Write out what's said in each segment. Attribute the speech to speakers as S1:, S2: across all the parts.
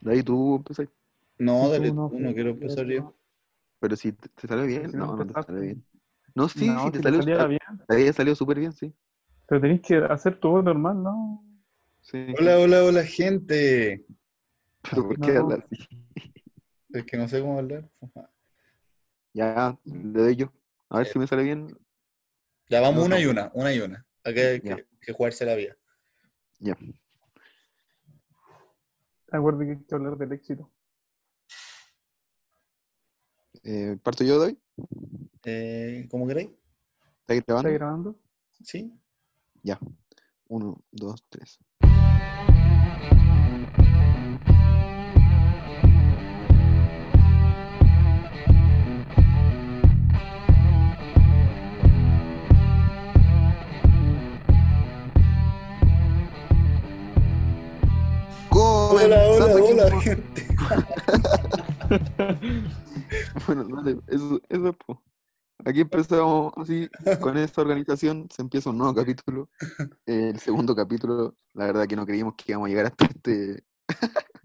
S1: De ahí tú empezáis.
S2: No,
S3: Tú
S2: dale,
S3: no,
S2: tú, no
S3: pues,
S2: quiero
S3: quieres
S2: empezar yo.
S1: Pero si te, te sale bien.
S3: Si no
S1: No, no te
S3: empezaste.
S1: sale bien. No, sí,
S3: No,
S1: sí, te
S3: si
S1: salió.
S3: saliera
S1: Te
S3: bien,
S1: había salido súper bien, sí.
S3: pero tenés que hacer tu voz normal, ¿no?
S1: sí.
S2: Hola, hola, hola, gente.
S1: Pero ¿por qué
S3: No.
S1: hablas así?
S2: Es que no sé cómo hablar.
S1: Ya, le doy yo. A ver
S2: Ya.
S1: si me sale bien.
S2: Ya vamos
S1: No,
S2: una
S1: no.
S2: y una, una y una. Acá hay que,
S1: Ya.
S2: que jugarse la vida.
S3: Acuérdate que hay que hablar del éxito.
S1: Eh, ¿Parto yo doy?
S2: Eh, ¿Cómo queréis?
S1: ¿Estáis
S3: ¿Está
S1: grabando?
S3: grabando?
S2: Sí.
S1: Ya. Uno, dos, tres.
S2: Hola, hola,
S1: Comenzando aquí
S2: hola,
S1: con-
S2: gente.
S1: Bueno, dale, eso, eso po. Aquí empezamos así, con esta organización, se empieza un nuevo capítulo. Eh, El segundo capítulo, la verdad que no creímos que íbamos a llegar hasta este.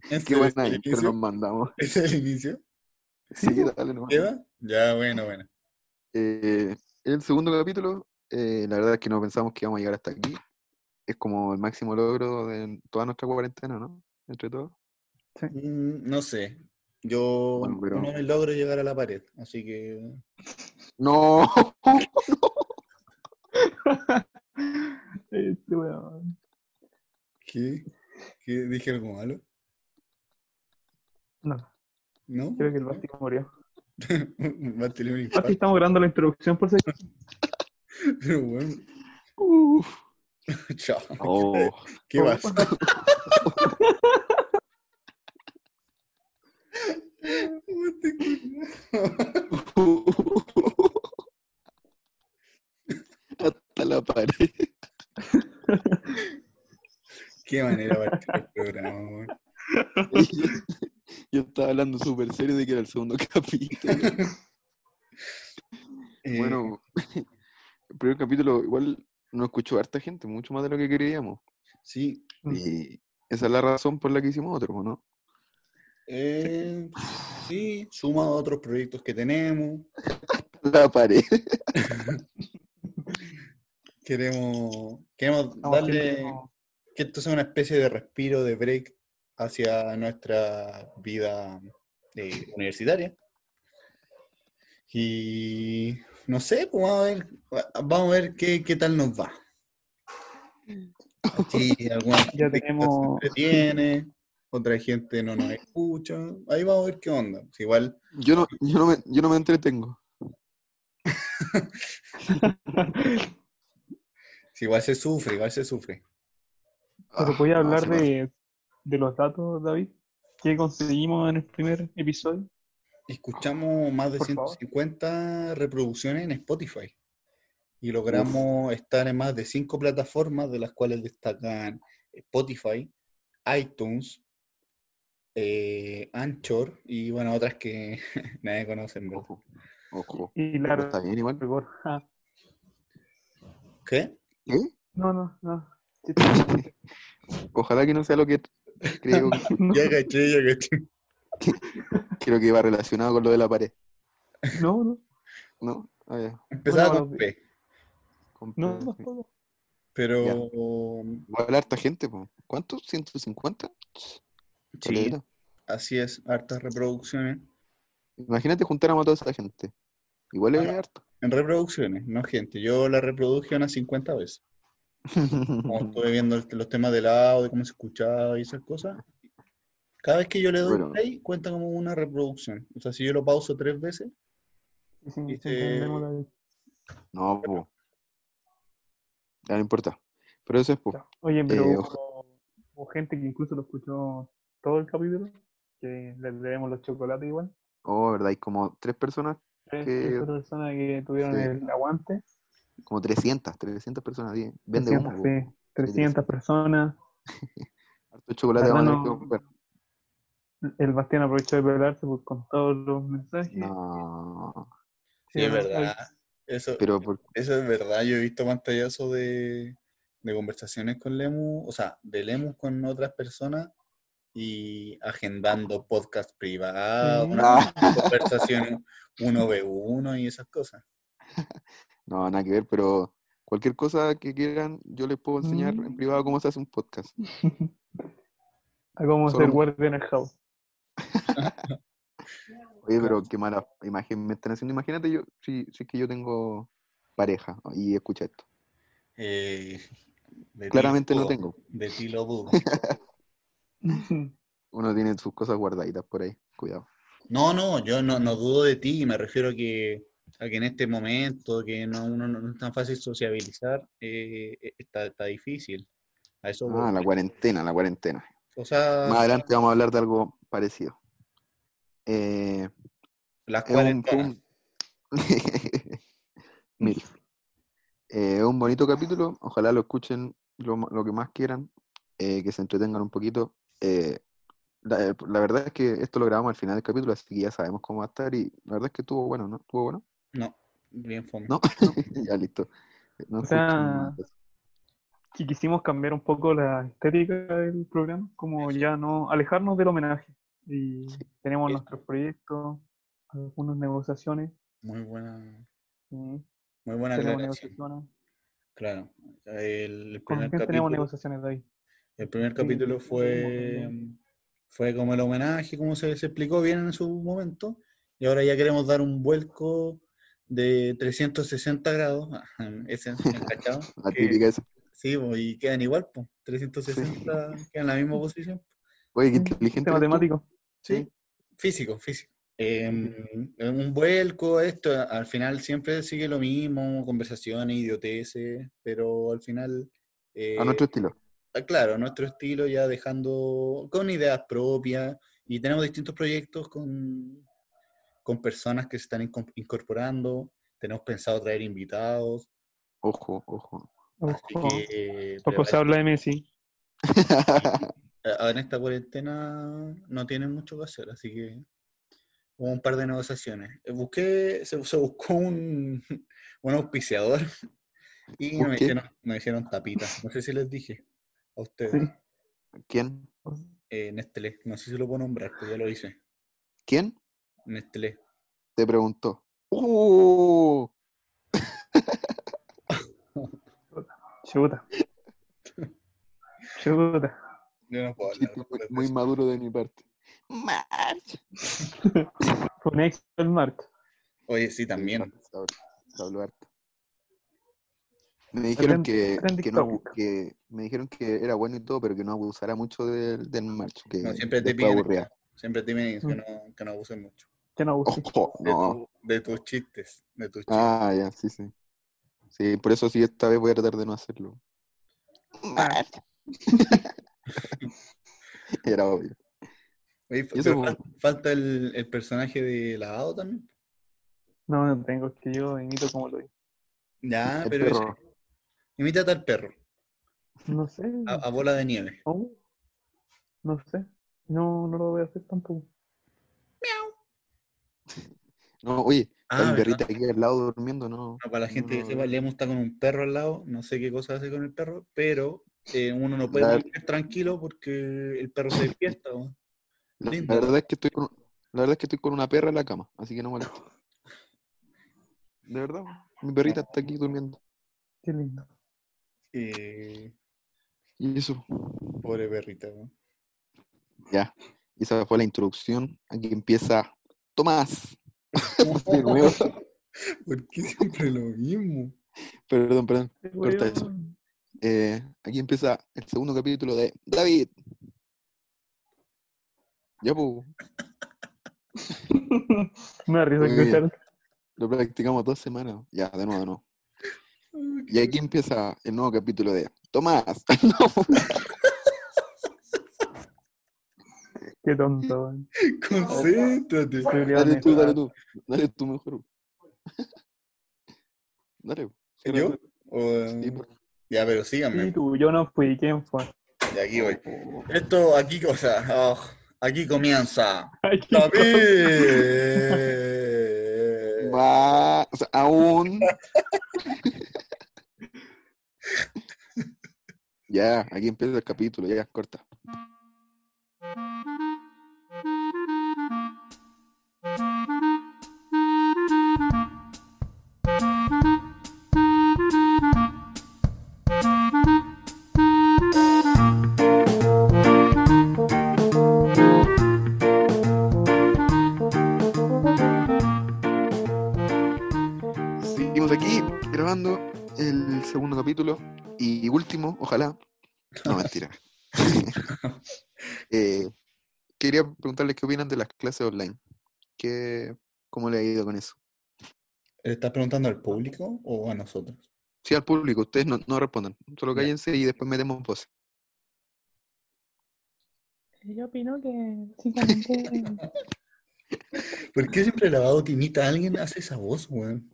S1: Qué
S2: Este
S1: buena
S2: es el
S1: intro nos
S2: inicio.
S1: mandamos.
S2: ¿Este es el inicio?
S1: Sí, dale nomás.
S2: ¿Lleva? Ya, bueno, bueno.
S1: Eh, el segundo capítulo, eh, la verdad es que no pensamos que íbamos a llegar hasta aquí. Es como el máximo logro de toda nuestra cuarentena, ¿no? Entre todos.
S2: Mm, No sé. Yo
S1: Bueno, pero-
S2: no me logro llegar a la pared, así que
S1: ¡No!
S3: Este weón.
S2: ¿qué? ¿Qué? ¿Dije algo malo?
S3: No,
S2: ¿No?
S3: creo que el Basti murió.
S2: Va a tener un
S3: Basti,
S2: infarto,
S3: estamos grabando la introducción por si
S2: pero bueno.
S1: Uf.
S2: Chao.
S1: Oh.
S2: ¿Qué vas?
S1: Hasta la pared.
S2: Qué manera va a estar el programa, weón.
S1: Yo estaba hablando súper serio de que era el segundo capítulo.
S2: Eh,
S1: Bueno, el primer capítulo igual no escuchó harta gente, mucho más de lo que queríamos.
S2: Sí.
S3: Mm.
S1: Y esa es la razón por la que hicimos otro, ¿no?
S2: eh, sí, suma a otros proyectos que tenemos.
S1: La pared.
S2: Queremos, queremos
S3: estamos
S2: darle
S3: haciendo-
S2: que esto sea una especie de respiro, de break hacia nuestra vida eh, universitaria. Y no sé, pues vamos a ver, va- vamos a ver qué, qué tal nos va. Aquí alguna gente
S3: Ya
S2: quizás se
S3: tenemos-
S2: entretiene, otra gente no nos escucha. Ahí vamos a ver qué onda. Si igual,
S1: Yo no, yo no, me, yo no me entretengo.
S2: si igual se sufre, igual se sufre.
S3: Pero podía
S1: Ah,
S3: hablar
S1: se pasa.
S3: de, de los datos, David. ¿Qué conseguimos en el primer episodio?
S2: Escuchamos más de
S3: Por favor.
S2: 150 reproducciones en Spotify y logramos estar en más de cinco plataformas, de las cuales destacan Spotify, iTunes, eh, Anchor y bueno, otras que nadie conoce. en verdad.
S1: Ojo, ojo.
S3: Y
S1: Pero
S3: la
S1: Está bien igual.
S3: rigor. Ah,
S2: ¿Qué?
S1: ¿Eh?
S3: No, no, no.
S1: Ojalá que no sea lo que creo,
S3: No,
S2: Ya caché, ya caché.
S1: creo que va relacionado con lo de la pared.
S3: no, no.
S1: ¿No? Ah, ya.
S2: Empezaba
S3: Bueno,
S2: con P,
S3: no,
S1: Compré-
S3: no, no.
S2: pero
S1: Igual harta gente, po. ¿cuántos? ¿150?
S2: sí,
S1: Caleta.
S2: así es, hartas reproducciones.
S1: Imagínate juntáramos a toda esa gente. Igual es
S2: Ah.
S1: harto.
S2: En reproducciones, no gente. Yo la reproduje unas 50 veces. como estuve viendo el- los temas del audio, cómo se escuchaba y esas cosas. Cada vez que yo le doy
S1: Bueno.
S2: play, cuenta como una reproducción. O sea, si yo lo pauso tres veces,
S3: Y si- si
S2: Dice-
S3: entendemos la-
S1: No, po. Ya no importa. Pero eso es, po.
S3: Ya. Oye, pero
S1: Eh,
S3: hubo, hubo gente que incluso lo escuchó todo el capítulo, que le debemos los chocolates igual.
S1: Oh, ¿verdad? Hay como tres personas,
S3: Tres
S1: Que-
S3: tres personas que tuvieron
S1: sí.
S3: el aguante.
S1: como 300, 300 personas. bien. Vende
S3: 300,
S1: humo, po.
S3: sí, 300 personas.
S1: Harto chocolate
S3: La
S1: vamos a tener
S3: verdad
S1: que
S3: no-
S1: comprar.
S3: El Bastián aprovechó de pelarse pues, con todos los mensajes.
S1: No.
S3: Sí,
S2: es
S3: no,
S2: verdad. Eso,
S1: Pero por...
S2: eso es verdad. Yo he visto pantallazos de, de conversaciones con Lemu, o sea, de Lemu con otras personas. y agendando podcast privados,
S3: Mm.
S1: Ah.
S2: una conversación uno ve uno y esas cosas.
S1: No, nada que ver, pero cualquier cosa que quieran, yo les puedo enseñar en
S3: Mm.
S1: privado cómo se hace un podcast.
S3: A cómo
S1: Solo-
S3: hacer guardia en el house.
S1: Oye, pero qué mala imagen me están haciendo. Imagínate yo, si, si es que yo tengo pareja y escucha esto.
S2: Eh, de ti
S1: Claramente
S2: lo
S1: no
S2: dudo,
S1: tengo.
S2: De ti lo dudo.
S1: Uno tiene sus cosas guardaditas por ahí. Cuidado.
S2: No, no, yo no, no dudo de ti, me refiero a que, a que en este momento, que no, uno no, no es tan fácil sociabilizar, eh, eh, está, está difícil. A eso
S1: Ah,
S2: voy.
S1: la cuarentena, la cuarentena.
S2: O sea,
S1: Más adelante vamos a hablar de algo parecido. Eh,
S2: las
S1: es un,
S2: cuarentenas.
S1: fue un- Mil. Eh, es un bonito capítulo. Ojalá lo escuchen lo, ma- lo que más quieran. eh, que se entretengan un poquito. Eh, la, la verdad es que esto lo grabamos al final del capítulo, así que ya sabemos cómo va a estar. Y la verdad es que estuvo bueno, ¿no? Estuvo bueno.
S2: No, bien fome.
S1: ¿No? ya listo. No
S3: O sea,
S1: escucho nada de eso.
S3: que quisimos cambiar un poco la estética del programa, como ya no alejarnos del homenaje. Y tenemos
S2: Eso.
S3: nuestros proyectos, algunas negociaciones.
S2: Muy buena,
S3: sí,
S2: muy buena
S3: Tenemos
S2: aclaración.
S3: negociaciones.
S2: Claro. El, el
S3: ¿Con
S2: primer
S3: quién tenemos
S2: capítulo,
S3: negociaciones de ahí?
S2: el primer
S1: pues,
S3: Sí,
S2: capítulo
S3: sí,
S2: fue, fue como el homenaje, como se, se explicó bien en su momento, y ahora ya queremos dar un vuelco de 360 grados, ese encachado,
S1: La
S2: que-
S1: típica esa.
S2: Sí, bo, y quedan igual, po, 360 quedan en la misma posición.
S1: Oye, qué
S3: Mm,
S1: inteligente.
S3: Este
S1: eres tú.
S3: matemático.
S1: Sí.
S2: Físico, físico. Em, un vuelco, esto, al final siempre sigue lo mismo, conversaciones, idioteces, pero al final, eh,
S1: A nuestro estilo.
S2: ah, claro, nuestro estilo ya dejando con ideas propias y tenemos distintos proyectos con, con personas que se están incom- incorporando, tenemos pensado traer invitados,
S1: Ojo, ojo.
S2: así
S3: Ojo.
S2: que... eh,
S3: Poco se
S2: prepárense.
S3: habla de Messi.
S2: Eh, ahora en esta cuarentena no tienen mucho que hacer, así que hubo un par de negociaciones. Eh, Busqué, se, se buscó un, un auspiciador y
S1: ¿Por
S2: me
S1: qué?
S2: hicieron, me hicieron tapitas. No sé si les dije a ustedes,
S3: Sí.
S1: ¿Quién?
S2: eh, Nestlé, no sé si lo puedo nombrar, pero ya lo hice.
S1: ¿Quién?
S2: Nestlé.
S1: Te preguntó. ¡Uh!
S3: Chuta. Chuta.
S2: Yo no puedo hablar
S1: Chiste muy,
S2: después de
S1: muy
S2: eso.
S1: maduro de mi parte. March.
S3: Fue un ex del Mark.
S2: Oye, sí, también.
S1: Se habló- se habló harto. Me dijeron
S3: Trend-
S1: que,
S3: trending
S1: que, no,
S3: topic.
S1: que me dijeron que era bueno y todo, pero que no abusara mucho del, del march, que
S2: No, siempre te
S1: después
S2: piden,
S1: aburría.
S2: siempre te piden que
S3: Mm.
S2: no, que no abusen mucho.
S3: Que
S1: Oh.
S3: no gusta.
S1: Ojo,
S2: De,
S1: no.
S2: tu- de tus chistes, de tus chistes.
S1: Ah, ya, sí, sí. Sí, por eso sí, esta vez voy a tratar de no hacerlo.
S2: Ah.
S1: March. Era obvio.
S2: Oye,
S1: Y
S2: pero
S1: eso,
S2: fal- falta el, el personaje de lavado también.
S3: No, no tengo, es que yo imito como lo digo.
S2: Ya,
S1: el
S2: Ah, pero ese-
S1: perro.
S2: imítate al perro,
S3: No sé.
S2: a, a bola de nieve.
S3: No, no sé. No, no lo voy a hacer tampoco.
S1: No, oye,
S2: Ah,
S1: hay un
S2: ¿verdad?
S1: perrito aquí al lado durmiendo, no.
S2: Bueno, para la gente
S1: No,
S2: que sepa, Lemo está con un perro al lado, no sé qué cosa hace con el perro, pero eh, uno no puede
S1: La-
S2: dormir tranquilo porque el perro se despierta. weón.
S1: La, la
S2: Lindo.
S1: verdad es que estoy con, la verdad es que estoy con una perra en la cama, así que no molesto. De verdad, weón. mi perrita está aquí durmiendo.
S3: Qué lindo.
S2: Eh,
S1: Y eso,
S2: pobre perrita. weón.
S1: ya. Y esa fue la introducción. Aquí empieza Tomás. De nuevo.
S2: ¿Por qué siempre lo mismo?
S1: Perdón, perdón.
S3: Qué
S1: Corta eso.
S3: weón.
S1: Eh, aquí empieza el segundo capítulo de David. Ya, pues,
S3: Me da risa
S1: Muy bien.
S3: escuchar.
S1: lo practicamos dos semanas. Ya, de nuevo, de nuevo. Y aquí empieza el nuevo capítulo de Tomás. No,
S3: Qué tonto. weón.
S2: Concéntrate.
S3: Qué
S1: dale
S3: leones,
S1: tú, dale
S3: weón.
S1: tú. Dale tú mejor. Dale. pues. cierra
S2: ¿Yo?
S1: tú.
S2: O,
S1: Sí, por-
S2: Ya, pero
S3: Sí,
S2: síganme.
S3: tú, yo no fui. ¿Quién fue?
S2: Y aquí voy. Esto, aquí, o sea, oh, aquí comienza.
S3: Ay, qué
S2: David.
S1: Va, o sea, aún. ya, aquí empieza el capítulo, ya, corta.
S3: tonto.
S1: Eh, quería preguntarles qué opinan de las clases online. ¿Qué, ¿Cómo le ha ido con eso?
S2: ¿Le estás preguntando al público o a nosotros?
S1: Sí, al público, ustedes no, no respondan. Solo
S2: Ya.
S1: cállense y después metemos voces.
S4: Yo opino que eh, básicamente
S2: ¿Por qué siempre la bautinita alguien hace esa voz, weón?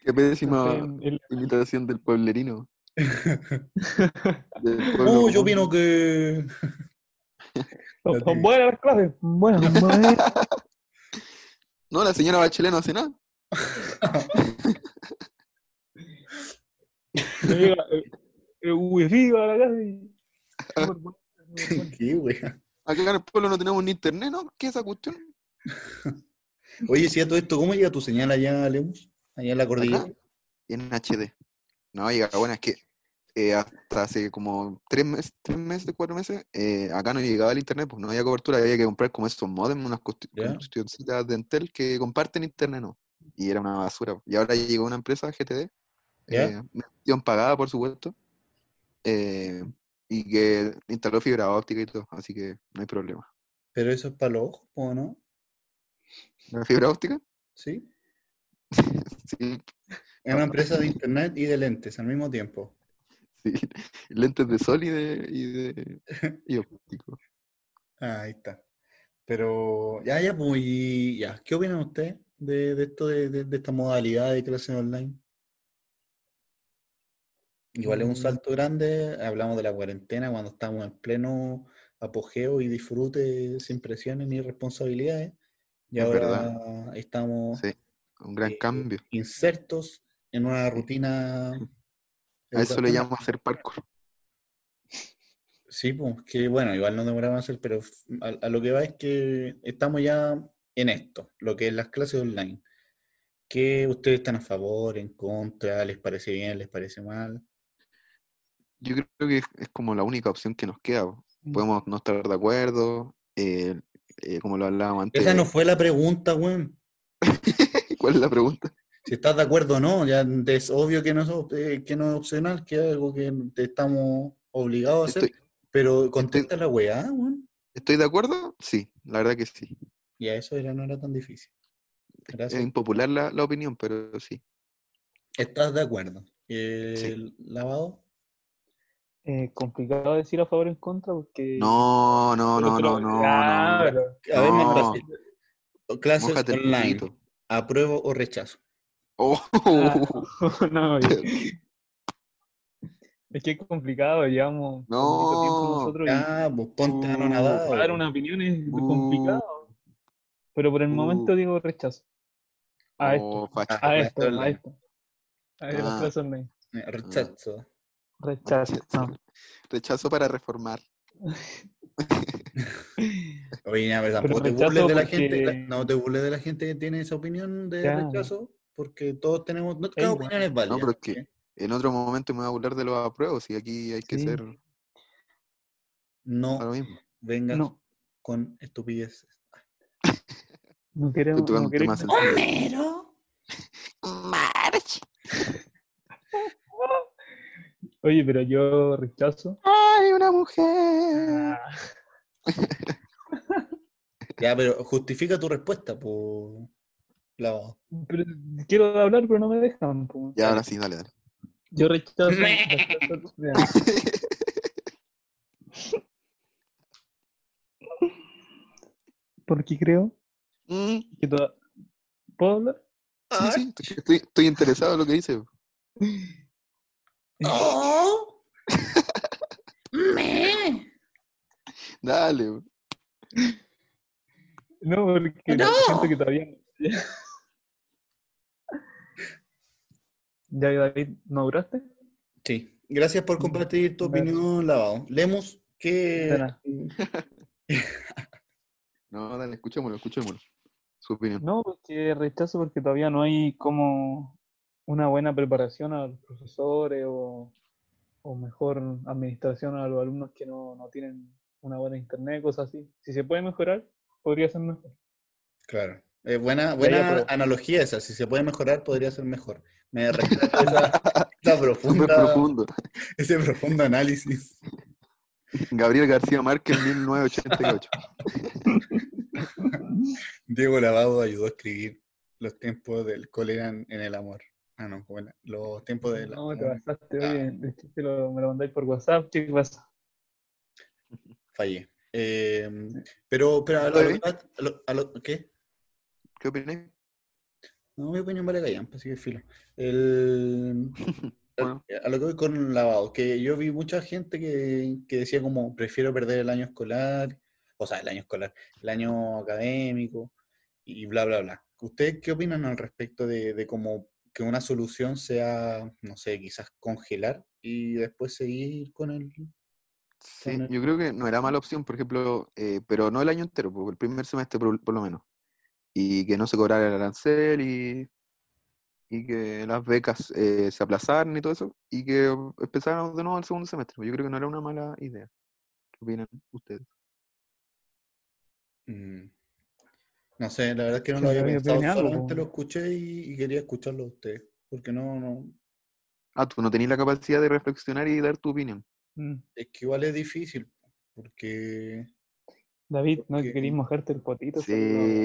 S1: Qué pésima
S3: En- en-
S1: imitación del pueblerino. del pueblo
S2: No, Uh, yo
S1: común.
S2: opino que.
S3: son-
S2: La
S3: son
S2: típica.
S3: buenas las clases. Buenas, buenas.
S1: No, la señora Bachelet no hace nada.
S3: Me llega el, el wifi a la casa y. súper bueno, súper bueno.
S2: ¿Qué, weón?
S1: Acá en el pueblo no tenemos ni internet, ¿no? ¿Qué es esa cuestión?
S2: Oye, si a todo esto, ¿cómo llega tu señal allá, Lemus? Allá en la cordillera.
S1: Acá, en HD. No, llega, bueno, es que eh, hasta hace como tres meses, tres meses, cuatro meses, eh, acá no llegaba el internet, pues no había cobertura, había que comprar como esos modems, unas cuesti-
S2: Ya.
S1: cuestioncitas de Entel que comparten internet, ¿no? Y era una basura. pues. Y ahora llegó una empresa, GTD,
S2: ¿Ya?
S1: eh, mención pagada, por supuesto, eh, y que instaló fibra óptica y todo, así que no hay problema.
S2: Pero eso es para los ojos, ¿o no?
S1: ¿La fibra óptica?
S2: ¿Sí?
S1: Sí,
S2: Es una empresa de internet y de lentes al mismo tiempo.
S1: sí. Lentes de sol y de, y de y óptico.
S2: Ah, ahí está. Pero, ya, ya, pues, y ya. ¿Qué opinan ustedes de, de esto, de, de- de esta modalidad de clase online? Igual es un
S3: Mm.
S2: salto grande, hablamos de la cuarentena cuando estamos en pleno apogeo y disfrute sin presiones ni responsabilidades. Y
S1: Es
S2: ahora
S1: verdad.
S2: estamos
S1: Sí, un gran
S2: eh,
S1: cambio.
S2: insertos en una rutina.
S1: A eso le
S2: educativa.
S1: llamo hacer parkour.
S2: Sí, pues que bueno, igual no demoraron a hacer, pero f- a, a lo que va es que estamos ya en esto, lo que es las clases online. ¿Qué ustedes están a favor, en contra? ¿Les parece bien, les parece mal?
S1: Yo creo que es, es como la única opción que nos queda. po.
S3: Mm.
S1: Podemos no estar de acuerdo, eh, eh, como lo hablábamos antes.
S2: Esa no fue la pregunta, weón.
S1: ¿Cuál es la pregunta?
S2: Si estás de acuerdo o no, ya es obvio que no es, op- eh, que no es opcional, que es algo que te estamos obligados a hacer,
S1: Estoy,
S2: pero contesta la weá, weón.
S1: ¿Estoy de acuerdo? Sí, la verdad que sí.
S2: Y a eso era, no era tan difícil.
S1: Es
S2: Gracias.
S1: impopular la, la opinión, pero sí.
S2: ¿Estás de acuerdo? ¿El lavado?
S3: Eh, complicado decir a favor o en contra porque.
S1: No, no, no,
S3: Pero-
S1: no, no.
S3: Ah,
S1: no.
S3: pero-
S2: A ver, más
S1: No.
S2: fácil. Clases
S1: Mójate el
S2: online.
S1: potito.
S2: ¿Apruebo o rechazo?
S1: Oh,
S3: no, y- es que es complicado, llevamos
S1: No.
S3: poquito tiempo nosotros y
S2: Ah, pues ponte
S1: Uh,
S2: anonadado.
S3: dar Mm, una opinión es
S1: Uh.
S3: complicado. Pero por el
S1: Uh.
S3: momento digo rechazo. A
S1: oh,
S3: esto,
S1: facha.
S2: ah,
S3: a esto,
S2: clase
S3: a
S2: online.
S3: esto. A ver,
S1: Ah.
S3: las clases online.
S2: Eh, Rechazo.
S3: Rechazo.
S1: Rechazo para reformar.
S2: Oye, ya, pero tampoco te
S3: rechazo
S2: burles de la
S3: porque-
S2: gente. la- No te burles de la gente que tiene esa opinión de
S3: Ya.
S2: rechazo, porque todos tenemos. No,
S3: Es
S2: cada
S3: igual.
S2: opinión es válida.
S1: pero es que-
S2: ¿eh?
S1: En otro momento me voy a burlar de los apruebos y aquí hay que
S3: Sí.
S1: ser a lo
S2: No
S1: mismo.
S2: vengas
S3: No,
S2: con estupideces.
S3: no
S1: Estoy
S3: queremos.
S1: tocando
S3: No
S1: un tema
S3: queremos.
S1: sensible.
S2: Pero.
S4: March.
S3: Oye, pero yo rechazo.
S1: Hay una mujer.
S3: Ah,
S2: Ya, pero justifica tu respuesta, por Lavado.
S3: pero quiero hablar, pero no me dejan. po.
S1: Ya, ahora sí, dale, dale.
S3: Yo rechazo. las clases- Ya. Porque creo
S1: Mm,
S3: que toda... ¿Puedo hablar?
S1: sí, sí, estoy- estoy, estoy interesado en lo que dice.
S2: Oh.
S1: Dale. bro.
S3: No, porque
S2: ¡No!
S3: siento que todavía. ya, David, ¿no duraste?
S2: Sí. Gracias por compartir tu
S3: De nada.
S2: opinión, Lavado. Lemos,
S3: De
S2: ¿qué,
S3: nada.
S1: No, dale, escuchémoslo, escuchémoslo. Su opinión.
S3: No, porque rechazo porque todavía no hay como una buena preparación a los profesores o, o mejor administración a los alumnos que no, no tienen una buena internet, cosas así. Si se puede mejorar, podría ser mejor.
S2: Claro. Eh, buena
S3: Ya, ya,
S2: buena
S3: pero-
S2: analogía esa. Si se puede mejorar, podría ser mejor. Me respeto esa, esa
S1: Súper
S2: profunda,
S1: profundo.
S2: ese profundo análisis.
S1: Gabriel García Márquez, 1988.
S2: Diego Lavado ayudó a escribir los tiempos del cólera en en el amor. Ah, no, ¿cómo era? los tiempos del
S3: No,
S2: amor.
S3: te basaste,
S2: Ah.
S3: oye, el chiste lo- me lo mandáis por WhatsApp, ¿qué pasa?
S2: Fallé. Eh, pero, pero a lo- a lo- a lo- a lo- ¿qué?
S1: ¿Qué opináis?
S2: No, mi opinión vale callampa, así que filo. El,
S1: Bueno.
S2: eh, A lo que voy con lavado, que yo vi mucha gente que, que decía como, prefiero perder el año escolar, o sea, el año escolar, el año académico, y bla, bla, bla. ¿Ustedes qué opinan al respecto de, de como que una solución sea, no sé, quizás congelar y después seguir con el...
S1: Sí,
S2: Con el-
S1: yo creo que no era mala opción, por ejemplo, eh, pero no el año entero, porque el primer semestre por, por lo menos. Y que no se cobrara el arancel y, y que las becas eh, se aplazaran y todo eso, y que empezáramos de nuevo el segundo semestre. Yo creo que no era una mala idea. ¿Qué opinan ustedes?
S2: Mm, No sé, la verdad es que no
S3: Que
S2: lo había
S3: nadie
S2: pensado,
S3: opine algo,
S2: solamente
S3: po.
S2: lo escuché y, y quería escucharlo a ustedes, porque no, no,
S1: Ah, tú no tenías la capacidad de reflexionar y dar tu opinión.
S3: Mm.
S2: es que igual es difícil, porque...
S3: David, ¿no
S2: Porque-
S3: querís mojarte el potito?
S1: Sí,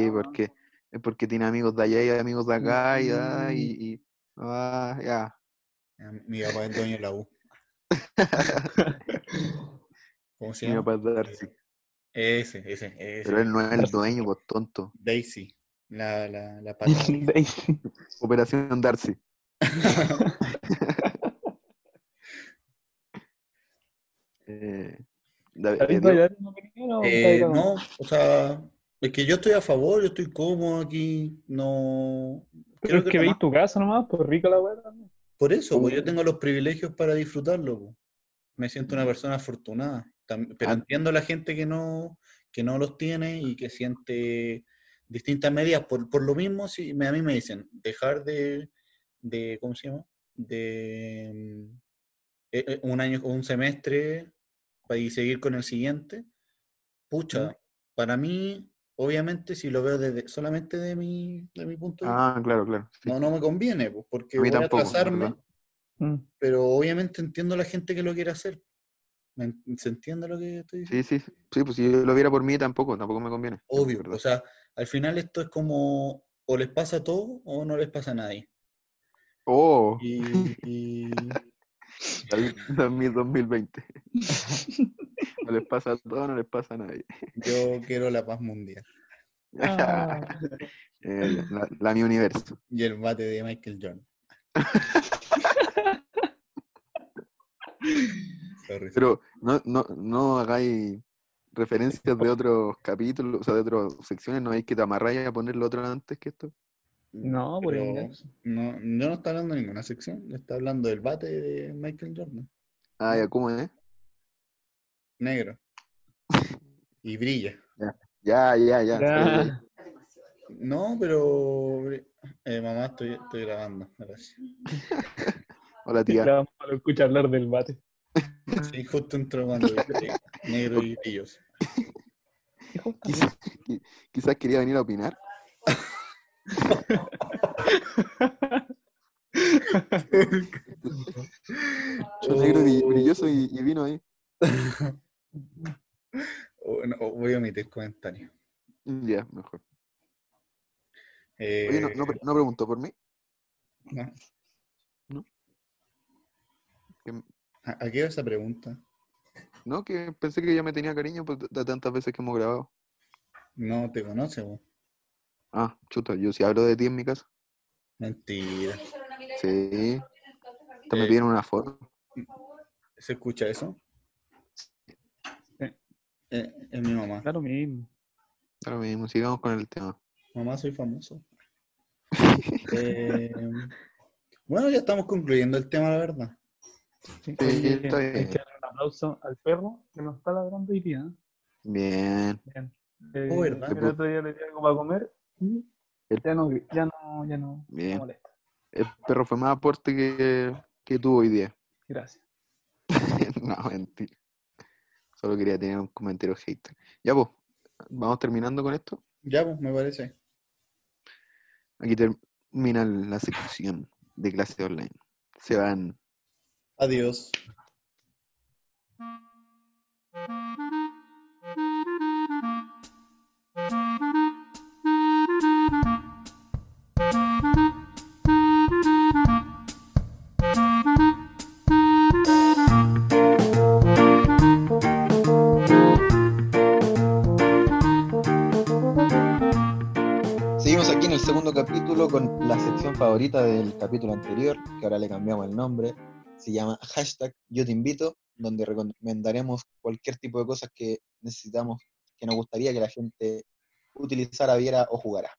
S3: Solo, ah.
S1: porque es porque tiene amigos de allá y amigos de acá y, ah, y, y- ah, ya.
S2: Ah, Mi papá es dueño de la U. ¿Cómo se
S1: Mi
S2: llama? Eh,
S1: papá es Darcy,
S2: Ese, ese, ese.
S1: pero él no es el dueño, pues tonto.
S2: Daisy. La, la, la pata.
S3: Daisy.
S1: Operación Darcy. Eh, da- eh,
S3: ¿David
S1: Diego,
S3: bailar una película o
S2: Eh,
S3: baila-
S2: no, o sea, es que yo estoy a favor, yo estoy cómodo aquí. No. creo
S3: Pero es que,
S2: lo
S3: veis
S2: más-
S3: tu casa nomás, pues rica la weá también.
S2: Por eso, pues, yo tengo los privilegios para disfrutarlo. po. Me siento una persona afortunada. Tam- Pero
S1: Mm. Ah.
S2: entiendo a la gente que no, que no los tiene y que siente distintas medidas. Por, por lo mismo, si me- a mí me dicen dejar de, de ¿cómo se llama? De mm, eh, eh, un año o un semestre pa- y seguir con el siguiente. Pucha, para mí, obviamente, si lo veo desde, solamente de mi, de mi punto de vista,
S1: Ah, claro, claro. sí.
S2: no, no me conviene, pues, porque
S1: A mí
S2: voy
S1: tampoco,
S2: a
S1: es verdad.
S2: atrasarme
S3: Mm.
S2: pero obviamente entiendo a la gente que lo quiere hacer. ¿Me en- ¿Se entiende lo que estoy diciendo?
S1: Sí, sí, sí, sí, pues si yo lo viera por mí tampoco, tampoco me conviene. es
S2: Obvio, pues.
S1: verdad.
S2: o sea, al final esto es como o les pasa todo o no les pasa a nadie.
S1: Oh,
S2: Y, y-
S1: David, 2020. No les pasa a todos, no les pasa a nadie.
S2: yo quiero la paz mundial.
S3: Ah,
S1: Eh, ya, la, la mi universo.
S2: Y el bate de Michael Jordan. Sorry,
S1: Pero no, no, no hagáis referencias de otros capítulos, o sea, de otras secciones, no hay que te amarráis a ponerlo otro antes que esto.
S3: no, por
S2: pero
S3: engaño.
S2: no, yo no está hablando de ninguna sección, está hablando del bate de Michael Jordan.
S1: Ah, ya, ¿cómo es?
S2: Negro. Y brilla.
S1: Ya, ya, ya.
S3: Ya.
S1: sí,
S2: No, pero eh, mamá, estoy, estoy grabando, gracias.
S1: Hola,
S3: Ya
S1: tía.
S3: vamos a escuchar hablar del bate.
S2: Sí, justo entró cuando eh, negro y brillos.
S1: Quizás, qui- quizás quería venir a opinar. Yo negro bri- brilloso y, y vino ahí.
S2: O- no, o voy a omitir comentarios.
S1: Mm, Ya, mejor.
S2: Eh,
S1: Oye, no, no, pre- no preguntó por mí.
S2: no.
S1: ¿No? Que-
S2: ¿A, a qué va esa pregunta?
S1: No, que pensé que ya me tenía cariño por t- de tantas veces que hemos grabado.
S2: No te conoce, vos.
S1: Ah, chuta, yo sí hablo de ti en mi casa.
S2: Mentira.
S1: Sí. Hasta me
S2: Eh.
S1: pidieron una foto.
S2: ¿Se escucha eso? Eh, es mi mamá.
S3: Da lo mismo.
S1: Ahora mismo, sigamos con el tema.
S2: Mamá, soy famoso. Eh, bueno, ya estamos concluyendo el tema, la verdad.
S3: Sí,
S1: Sí,
S3: oye,
S1: está
S3: hay
S1: bien.
S3: que darle un aplauso al perro que nos está ladrando hoy día. ¿eh?
S1: Bien.
S3: Bien. Eh,
S2: Oh, ¿verdad?
S3: El otro día le di algo para comer y
S1: El-
S3: ya no, ya no, ya no, no
S1: Bien.
S3: molesta.
S1: El perro fue más aporte que, que tú hoy día.
S3: Gracias.
S1: no, mentira. Solo quería tener un comentario hater. Ya, pues, vamos terminando con esto.
S2: Ya, pues, me parece.
S1: Aquí termina la sección de clase online. Se van
S2: Adiós.
S5: Seguimos aquí en el segundo capítulo con la sección favorita del capítulo anterior, que ahora le cambiamos el nombre. Se llama hashtag Yo Te Invito, donde recomendaremos cualquier tipo de cosas que necesitamos, que nos gustaría que la gente utilizara, viera o jugara.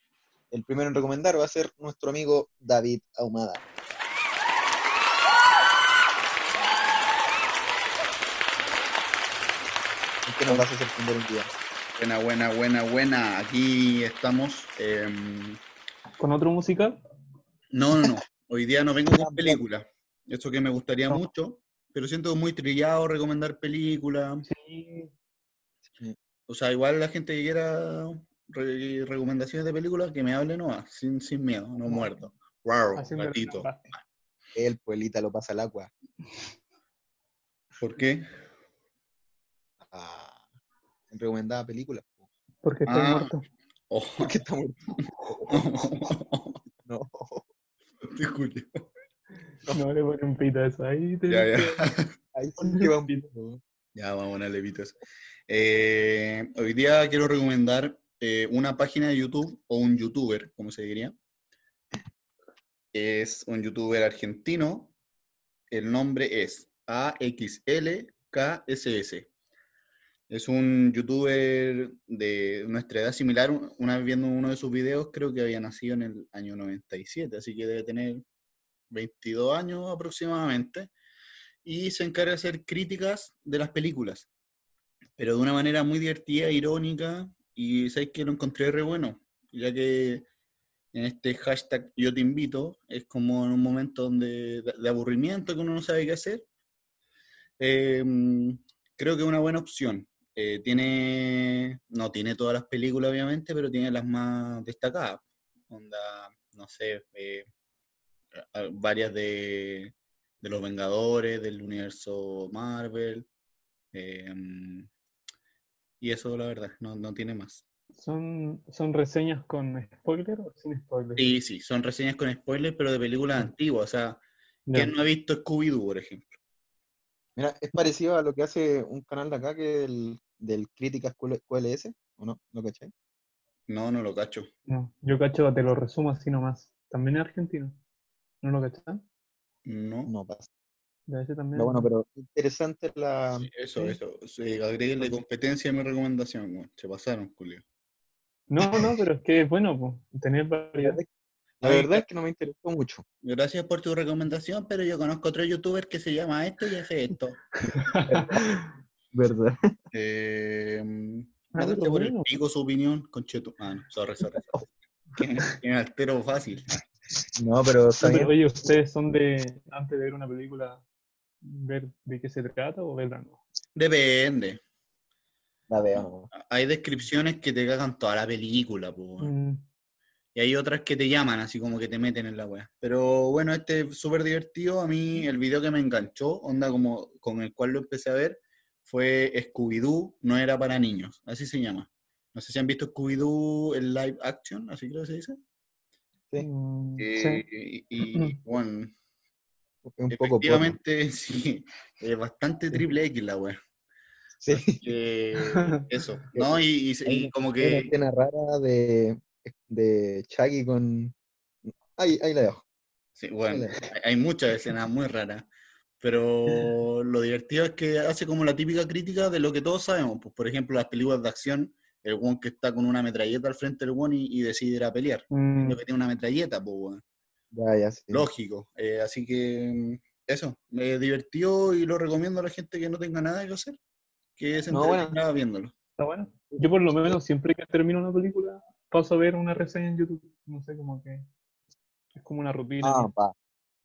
S5: El primero en recomendar va a ser nuestro amigo David Ahumada. ¿Y qué nos vas a hacer primero un día?
S2: Buena, buena, buena, buena. Aquí estamos. em,
S3: ¿Con otro musical?
S2: No, no, no. Hoy día no vengo con películas. Eso que me gustaría
S3: No.
S2: mucho, pero siento muy trillado recomendar películas.
S3: Sí.
S2: O sea, igual la gente que quiera re- recomendaciones de películas, que me hable nomás, sin, sin miedo, no muerto. Wow,
S3: Haciendo el
S2: ratito.
S3: gambate.
S5: El pueblita lo pasa al agua.
S2: ¿Por qué?
S5: Ah, recomendada película.
S3: Porque estoy
S2: Ah.
S3: muerto.
S2: Oh.
S5: Porque está muerto. No.
S2: Te escucho.
S3: No le ponen pito a eso. Ahí te
S2: Ya, ya.
S5: Ahí sí que va un video.
S2: Ya, vamos a levitas. Eh, hoy día quiero recomendar eh, una página de YouTube o un youtuber, como se diría. Es un youtuber argentino. El nombre es AXLKSS. Es un youtuber de nuestra edad similar. Un- Una vez viendo uno de sus videos, creo que había nacido en el año 97, así que debe tener 22 años aproximadamente y se encarga de hacer críticas de las películas, pero de una manera muy divertida, irónica, y sabes que lo encontré re bueno, ya que en este hashtag yo te invito, es como en un momento donde de, de aburrimiento que uno no sabe qué hacer, eh, creo que es una buena opción. Eh, tiene, no tiene todas las películas obviamente, pero tiene las más destacadas, onda, no sé, eh, a- a- varias de de los Vengadores, del universo Marvel. em, y eso, la verdad, no, no tiene más.
S3: ¿Son, ¿Son reseñas con spoiler o sin spoiler?
S2: Sí, sí, son reseñas con spoilers, pero de películas antiguas. O sea,
S3: Ya.
S2: ¿quién no ha visto Scooby-Doo, por ejemplo?
S5: Mira, es parecido a lo que hace un canal de acá que del, del Críticas QL- QLS, ¿o no? ¿Lo cachai?
S2: No, no lo cacho.
S3: No, yo cacho, te lo resumo así nomás. También es argentino. ¿No lo cachan?
S2: No.
S5: No pasa.
S3: Ya ese también.
S5: No, bueno, pero interesante la.
S2: Sí, Eso,
S3: sí.
S2: eso. Sí, agréguenle competencia a mi recomendación, weón. Se pasaron, Julio.
S3: No, no, pero es que es bueno po, tener variedad.
S5: La
S2: Oye,
S5: verdad es que no me interesó mucho.
S2: Gracias por tu recomendación, pero yo conozco otro youtuber que se llama esto y hace esto.
S5: ¿Verdad?
S2: Em, me
S3: Ah, pero
S2: daste por el
S3: bueno.
S2: pico su opinión, conchetu. Ah, no, sorry, sorry. sorry. Que me- que me altero fácil.
S5: No, pero está
S3: No, pero
S5: bien.
S3: oye, ¿ustedes son de, antes de ver una película, ver de qué se trata o verla no?
S2: Depende.
S5: La veo.
S2: Hay descripciones que te cagan toda la película, po, weón.
S3: Mm,
S2: y hay otras que te llaman, así como que te meten en la wea. Pero bueno, este es súper divertido. A mí el video que me enganchó, onda como con el cual lo empecé a ver, fue Scooby-Doo, no era para niños, así se llama. No sé si han visto Scooby-Doo en live action, así creo que se dice.
S5: Sí.
S3: mm,
S2: Eh, y,
S3: sí.
S2: y, bueno,
S5: Es un poco porno.
S2: Efectivamente, sí. eh, bastante
S5: Sí.
S2: triple X la wea.
S5: Sí.
S2: Eh, eso, ¿no? Y, y se- y como
S5: Hay una
S2: que.
S5: escena rara de, de Chucky con. Ahí, ahí la dejo.
S2: sí,
S5: ahí
S2: bueno,
S5: la dejo.
S2: hay- hay muchas escenas muy raras. Pero lo divertido es que hace como la típica crítica de lo que todos sabemos. Pues, por ejemplo, las películas de acción, el one que está con una metralleta al frente del one y, y decide ir a pelear.
S3: Mm,
S2: Lo que tiene una metralleta, pues, weón.
S5: Ya, ya, sí.
S2: Lógico. Eh, así que mm, eso, me divertió y lo recomiendo a la gente que no tenga nada que hacer, que se
S5: No,
S2: entretenga
S5: bueno.
S2: viéndolo.
S3: está bueno. Yo por lo menos siempre que termino una película paso a ver una reseña en YouTube. No sé, como que es como una rutina.
S5: Ah,
S3: ¿no?
S5: para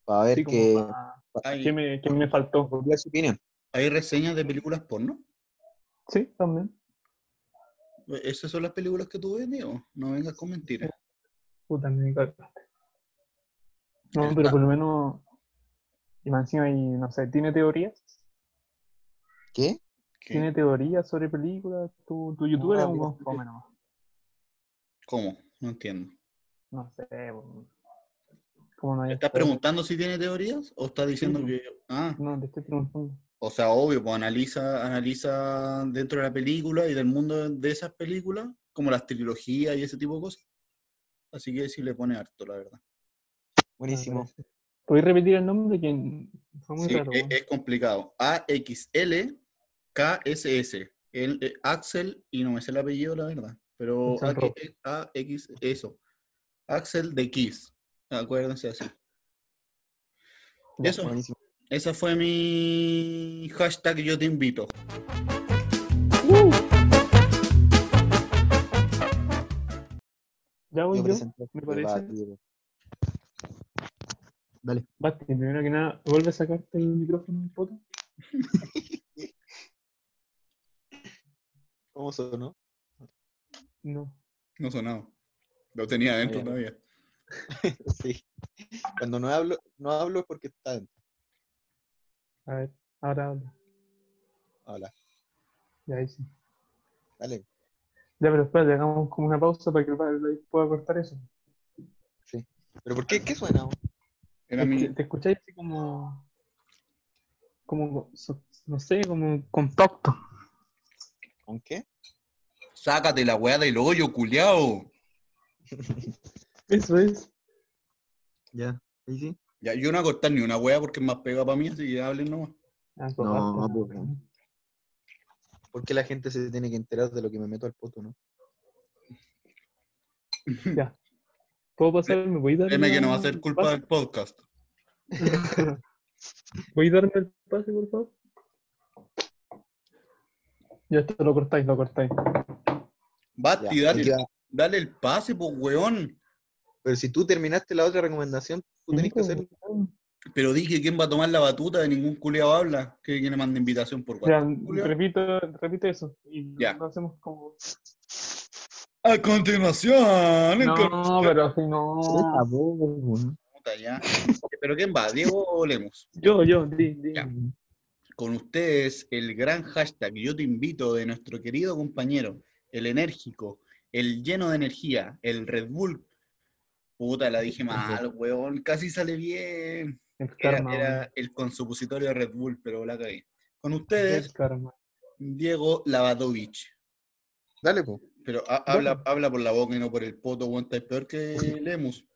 S5: pa ver
S3: Así como
S5: que.
S3: pa-
S2: Hay,
S3: ¿qué, me, qué me faltó?
S5: Volvió a su opinión.
S2: hay reseñas de películas porno.
S3: Sí, también.
S2: ¿Esas son las películas que tú ves, Diego? No vengas con mentiras.
S3: Puta, Pues, me cagaste. No,
S2: Está.
S3: pero por lo menos... Y más encima, y no sé, ¿tiene teorías?
S5: ¿Qué?
S2: ¿Qué?
S3: ¿Tiene teorías sobre películas? Tu, tu youtuber es un buen fome nomás.
S2: ¿Cómo? No entiendo.
S3: No sé. po. ¿Cómo no hay
S2: ¿Estás preguntando si tiene teorías o estás diciendo
S3: Ah, no.
S2: que... Ah,
S3: No, te estoy preguntando.
S2: o sea, obvio, pues analiza, analiza dentro de la película y del mundo de esas películas, como las trilogías y ese tipo de cosas. Así que sí le pone harto, la verdad.
S3: Ah,
S5: Buenísimo.
S3: ¿Podéis repetir el nombre? Que fue muy
S2: Sí, e, eh,
S3: raro.
S2: es,
S3: weón.
S2: es complicado. AXL KSS. El, eh, Axel, y no me sé el apellido, la verdad. Pero
S3: San Roque.
S2: AX, eso. Axel de Kiss. Acuérdense así.
S5: Ya,
S2: eh, Eso.
S5: buenísimo.
S2: Esa fue mi hashtag yo te invito.
S3: Ya voy
S5: Yo
S3: yo.
S5: presento.
S3: me parece.
S5: Debatido. Dale.
S3: Basti, primero que nada, vuelve a sacarte el micrófono del poto.
S5: ¿Cómo sonó?
S3: No.
S2: No sonaba. Lo tenía adentro
S5: ya.
S2: todavía.
S5: sí. Cuando no hablo, no hablo es porque está dentro.
S3: A ver, ahora habla.
S5: Hola.
S3: Ya ahí sí.
S5: Dale.
S3: Ya, pero espérate, hagamos como una pausa para que el Pablo pueda cortar eso.
S5: ¿Pero por qué? ¿Qué suena?
S2: Era
S3: Es
S2: mi.
S3: que Te escucháis así como. Como, so- no sé, como contacto.
S5: ¿Con qué?
S2: Sácate la weá del hoyo, culiao.
S3: Eso es.
S1: Ya, ahí sí.
S2: Ya, yo no voy a cortar ni una weá porque es más pega para mí, así que hablen nomás.
S3: Ah,
S1: No,
S3: contacto.
S1: pues, weón.
S5: ¿Por qué la gente se tiene que enterar de lo que me meto al poto, no?
S3: Ya. ¿Puedo pasar? ¿Me voy a dar?
S2: Créeme que no va a
S3: la-
S2: ser
S3: el
S2: culpa
S3: pase?
S2: del podcast.
S3: ¿Voy a darme el pase, por favor? Ya esto lo cortáis, lo cortáis.
S1: Ah,
S2: Basti,
S5: Ya,
S2: dale,
S5: ya.
S2: dale el pase, pues weón.
S5: Pero si tú terminaste la otra recomendación, tú tenés que hacerlo.
S2: Pero dije quién va a tomar la batuta de ningún culiao habla. Que quien le manda invitación por
S3: Ya,
S2: WhatsApp. Julio.
S3: repito, repite eso. Y
S2: Ya.
S3: lo hacemos como.
S2: A continuación, en
S3: No, pero si no.
S2: Puta, ya. Pero quién va, Diego o Lemos.
S3: Yo, yo, di, di.
S2: Ya. Con ustedes el gran hashtag Yo te invito de nuestro querido compañero, el enérgico, el lleno de energía, el Red Bull. Puta, la dije mal, weón. Casi sale bien.
S3: El
S2: Era,
S3: karma.
S2: era el consupositorio de Red Bull, pero la cagué. Con
S3: weón.
S2: ustedes,
S3: El karma.
S2: Diego Lavadovich.
S5: Dale, po.
S2: Pero ha- habla, habla por la boca y no por el poto, weón. Está peor que Lemus.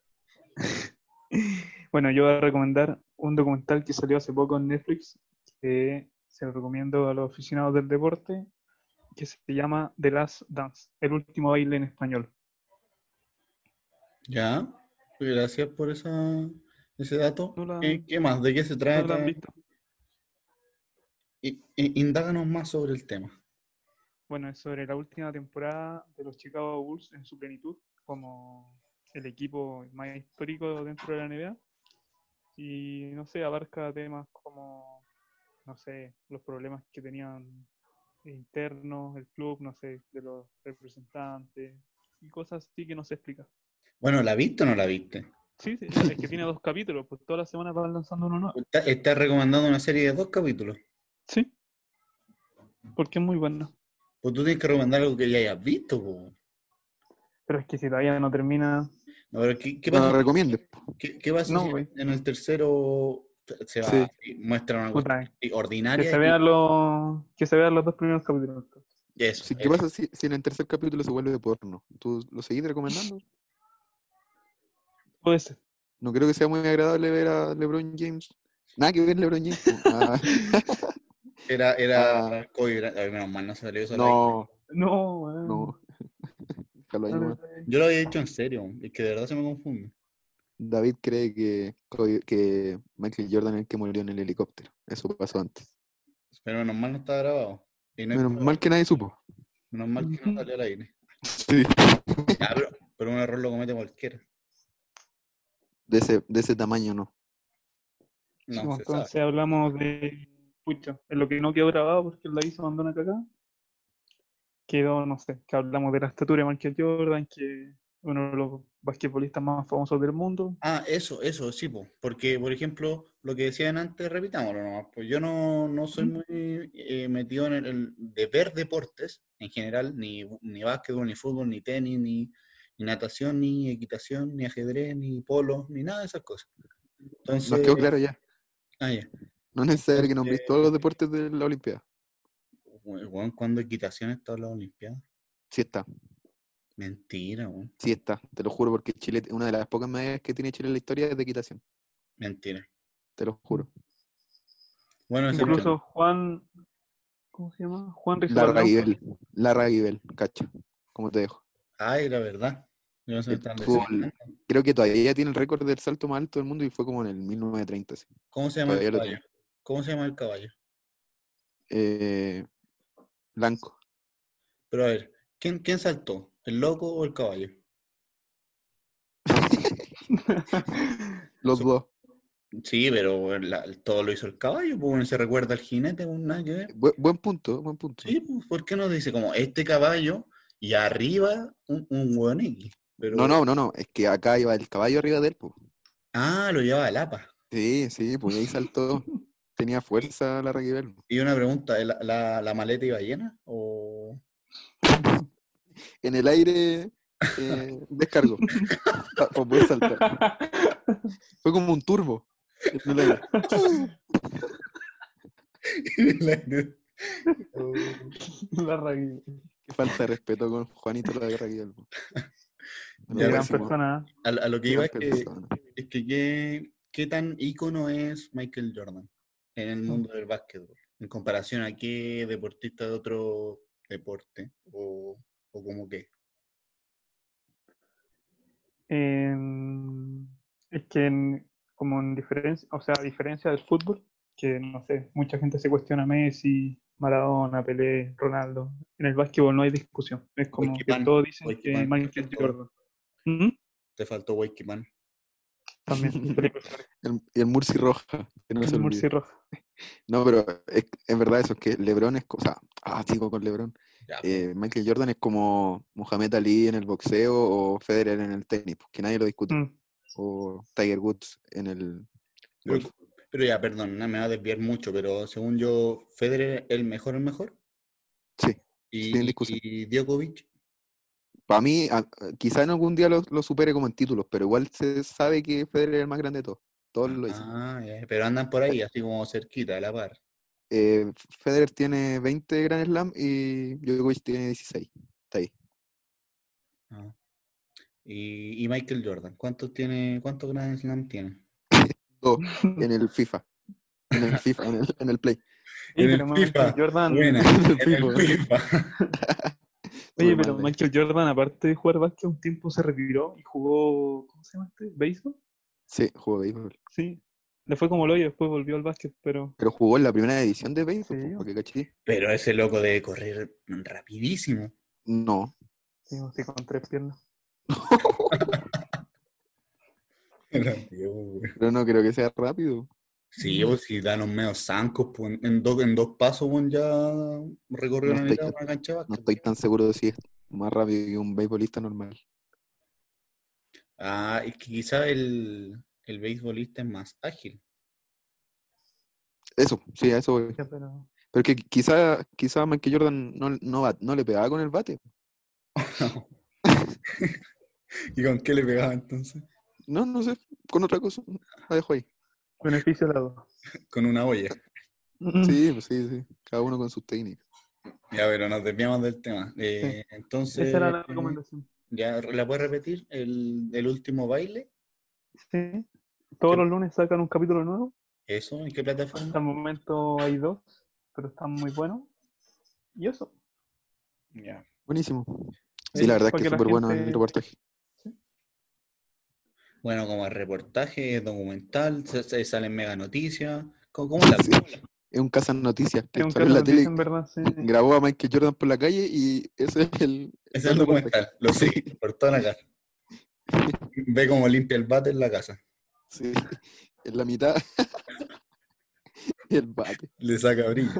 S3: Bueno, yo voy a recomendar un documental que salió hace poco en Netflix que se lo recomiendo a los aficionados del deporte que se llama The Last Dance, el último baile en español.
S2: Ya. Gracias por esa, ese dato.
S3: No la-
S2: ¿Qué, qué más? ¿De qué se
S3: ¿No lo
S2: trata?
S3: han visto?
S2: I- i- Indáganos más sobre el tema.
S3: Bueno, es sobre la última temporada de los Chicago Bulls en su plenitud, como el equipo más histórico dentro de la NBA. Y no sé, abarca temas como, no sé, los problemas que tenían internos, el club, no sé, de los representantes y cosas así que no se explica.
S2: Bueno, ¿la viste o no la viste?
S3: Sí, sí, es que tiene dos capítulos, pues todas las semanas van lanzando uno nuevo.
S2: Está- Estás recomendando una serie de dos capítulos.
S3: Sí, porque es muy bueno.
S2: Pues tú tienes que recomendar algo que ya hayas visto, po.
S3: Pero es que si todavía no termina,
S2: No, pero ¿qué, qué
S1: No
S2: pasa,
S1: lo recomiendes. po.
S2: qué- qué pasa
S3: No,
S2: si
S3: güey.
S2: en el tercero se va
S1: Sí.
S2: y muestra una cuestión
S3: puta, que
S2: ordinaria?
S3: se
S2: y-
S3: vean los, que se vean los dos primeros capítulos.
S2: Eso,
S1: Sí, ¿Qué
S2: eso.
S1: pasa si, si en el tercer capítulo se vuelve de porno? ¿Tú lo seguís recomendando?
S3: Puede ser.
S1: No creo que sea muy agradable ver a LeBron James. Nada que ver LeBron James. po. Ah,
S2: Era, era
S1: Ah.
S2: Kobe Bryant. Ay, menos mal, no salió eso. al aire.
S1: no,
S3: No, weón.
S1: no. Déjalo ahí
S3: No,
S1: nomás.
S2: Yo lo había dicho en serio, es que de verdad se me confunde.
S1: David cree que, Kobe- que Michael Jordan es el que murió en el helicóptero. Eso pasó antes.
S2: Pero menos mal no está grabado. Y no hay
S1: Menos
S2: prueba.
S1: mal que nadie supo.
S2: Menos mal que no salió al aire.
S1: Sí.
S2: Ya, pero, pero un error lo comete cualquiera.
S1: De ese, de ese tamaño no.
S2: No,
S1: pues,
S3: Bueno,
S2: se sabe.
S3: pues, entonces hablamos de. Pucha, en lo que no quedó grabado porque el David se mandó una cagada. Quedó, no sé, que hablamos de la estatura de Michael Jordan, que uno de los basquetbolistas más famosos del mundo.
S2: Ah, eso, eso, sí, po. porque por ejemplo, lo que decían antes, repitámoslo nomás, pues yo no, no soy muy eh, metido en el, el de ver deportes en general, ni, ni básquetbol, ni fútbol, ni tenis, ni, ni natación, ni equitación, ni ajedrez, ni polo, ni nada de esas cosas. Entonces,
S1: Nos quedó claro ya.
S2: ah, ya.
S1: No es necesario que nombres
S2: Entonces-
S1: todos los deportes de la Olimpiada.
S2: Weón, ¿cuándo equitación está en la Olimpiada?
S1: Sí está,
S2: Mentira, weón.
S1: sí está. Te lo juro porque Chile, una de las pocas medallas que tiene Chile en la historia es de equitación.
S2: Mentira.
S1: Te lo juro.
S2: Bueno, excepto-
S3: Incluso Juan, ¿cómo se llama? Juan Rizuel
S1: Larra
S3: Lauco.
S1: Guibel, Larra Guibel, cacha. ¿Cómo te dejo?
S2: Ay, la verdad. Yo no sé
S1: El
S2: tan
S1: fútbol.
S2: desenfrenado.
S1: Creo que todavía ella tiene el récord del salto más alto del mundo y fue como en el 1930. así.
S2: ¿Cómo se llama el
S1: Todavía lo
S2: caballo? ¿Cómo se llama el caballo?
S1: Eh, blanco.
S2: Pero a ver, ¿quién, quién saltó? ¿El loco o el caballo?
S1: Los
S2: Su-
S1: dos.
S2: Sí, pero la- todo lo hizo el caballo, pues bueno, se recuerda al jinete, pues nada que ver.
S1: Bu- buen punto, buen punto.
S2: Sí, pues, ¿por qué no dice como este caballo y arriba un, un hueón X? Pero,
S1: No, no, no, no. Es que acá iba el caballo arriba de él, po.
S2: Ah, lo llevaba el APA.
S1: Sí, sí, pues ahí saltó. Tenía fuerza Larra Guibel.
S2: Y una pregunta, ¿la, la- la maleta iba llena? ¿O
S1: En el aire eh, descargó. pa- pa poder saltar. Fue como un turbo. en el aire.
S3: Larra Guibel.
S1: Qué falta de respeto con Juanito Larra Guibel. po. Lo
S2: Ya,
S3: Gran
S1: máximo,
S3: persona. ¿eh?
S2: a, a lo que
S1: gran
S2: iba es que,
S1: persona.
S2: es que qué, qué tan ícono es Michael Jordan en el mundo del básquetbol, en comparación a qué deportista de otro deporte, o, o como qué.
S3: Em, es que en- como en diferencia, o sea, a diferencia del fútbol, que no sé, mucha gente se cuestiona a Messi, Maradona, Pelé, Ronaldo. En el básquetbol no hay discusión. Es como que
S2: Wikipan,
S3: todos dicen que
S2: Wikipan,
S3: Michael
S2: perfecto.
S3: Jordan. ¿Mm?
S2: Te faltó Wakeman.
S3: También, Felipe Flores,
S1: El, y el Murci Roja, que no se
S3: el
S1: olvide.
S3: Murci Roja.
S1: No, pero es, es verdad eso, que Lebron es cosa. Ah, sigo con Lebron.
S2: Ya, pues.
S1: Eh, Michael Jordan es como Mohamed Ali en el boxeo o Federer en el tenis, pues, que nadie lo discute.
S3: Mm.
S1: O Tiger Woods en el.
S2: Pero,
S1: golf.
S2: pero ya, perdón, no me va a desviar mucho, pero según yo, Federer el mejor, el mejor.
S1: Sí,
S2: Y,
S1: sin discusión.
S2: y Djokovic,
S1: Para mí, a- a- quizá en algún día lo, lo supere como en títulos, pero igual se sabe que Federer es el más grande de todos. Todos lo dicen.
S2: Ah, ya, pero andan por ahí, así como cerquita, a la par.
S1: Eh, Federer tiene 20 Grand Slam y Djokovic tiene 16. Está ahí.
S2: Ah. Y, y Michael Jordan, ¿cuántos tiene, cuántos Grand Slam tiene?
S1: Dos en el FIFA. En el FIFA, en el, en el Play.
S3: Oye,
S2: En el
S3: pero Michael
S2: FIFA,
S3: Jordan,
S2: Buena, en el
S1: Ah, FIFA.
S2: FIFA.
S3: oye,
S1: Muy mal
S3: pero
S1: ahí.
S3: Michael Jordan, aparte de jugar básquet, un tiempo se retiró y jugó, ¿cómo se llama este? ¿Béisbol?
S1: Sí, jugó béisbol.
S3: Sí. Le fue como lo y después volvió al básquet, pero
S1: Pero jugó en la primera edición de béisbol,
S3: Sí.
S1: pues, porque caché.
S2: Pero ese loco debe correr rapidísimo.
S1: No.
S3: sí, sí, con tres piernas.
S1: Pero no creo que sea rápido.
S2: Sí, pues si dan los medios zancos, pues en, en dos, en dos pasos, pues ya recorrió
S1: No
S2: la
S1: estoy
S2: mitad de
S1: tan-
S2: una cancha de
S1: No
S2: básquet.
S1: estoy tan seguro de si es más rápido que un beisbolista normal.
S2: Ah, es que quizá el, el beisbolista es más ágil.
S1: Eso, sí, a eso voy.
S3: Ya, pero
S1: Pero que quizá, quizá Michael Jordan no, no, bat- no le pegaba con el bate.
S2: ¿Y con qué le pegaba entonces?
S1: No, no sé, con otra cosa. La dejo ahí.
S3: beneficio a la duda.
S2: Con una olla.
S3: Mm.
S1: Sí, pues sí, sí. Cada uno con sus técnicas.
S2: Ya, pero nos desviamos del tema. Eh, Entonces,
S3: Esa era la recomendación.
S2: ya, ¿la puedes repetir? El, el último baile.
S3: Sí. Todos los lunes sacan un capítulo nuevo.
S2: ¿Eso? ¿En qué
S3: Hasta
S2: plataforma?
S3: el momento hay dos, pero están muy buenos. Y eso.
S2: Ya.
S1: Buenísimo. Sí,
S3: Sí,
S1: la verdad es
S3: para
S1: que
S3: que
S1: es
S3: la
S1: súper bueno el
S3: gente-
S1: reportaje.
S2: Bueno, como reportaje, documental, se, se salen mega noticias. ¿Cómo, cómo la
S1: Sí. Es un casa noticias que
S3: Es un
S1: salió en
S3: caso
S1: la
S3: noticia,
S1: tele.
S3: en verdad. Sí.
S1: Grabó a Michael Jordan por la calle y ese es el.
S2: Es el documental, lo sigue por toda la casa. Ve cómo limpia el bate en la casa.
S1: Sí, en la mitad. el bate.
S2: Le saca brillo.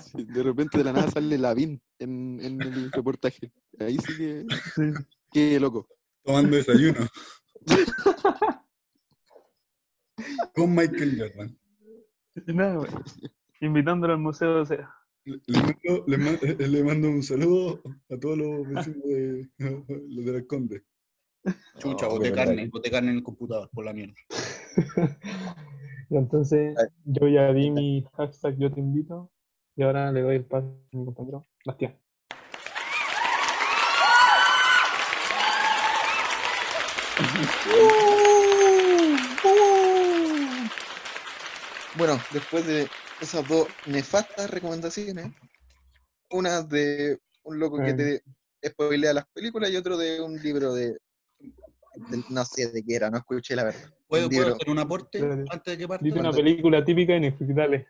S1: Sí, de repente de la nada sale Lavín en, en el reportaje. Ahí sí que,
S3: Sí.
S1: qué loco.
S2: tomando desayuno. Con Michael Jordan.
S3: Nada, güey. Invitándolo al museo de cera.
S2: Le le mando, le ma- eh, le mando, un saludo a todos los vecinos de, los de las Condes. Chucha,
S5: Oh,
S2: boté
S5: qué
S2: carne,
S5: verdad.
S2: boté carne en el computador, por la mierda.
S3: Y entonces
S5: Ay.
S3: yo ya di mi hashtag yo te invito y ahora le doy el paso a mi compañero Bastián.
S5: Bueno, después de esas dos nefastas recomendaciones, una de un loco que te spoilea las películas y otro de un libro de, de- no sé de qué era, no escuché la verdad.
S2: ¿Puedo,
S5: Un
S2: puedo
S5: libro.
S2: hacer un aporte
S3: Dale.
S2: antes de que parta?
S3: Dice una
S5: Mándale.
S3: película típica en Netflix, dale.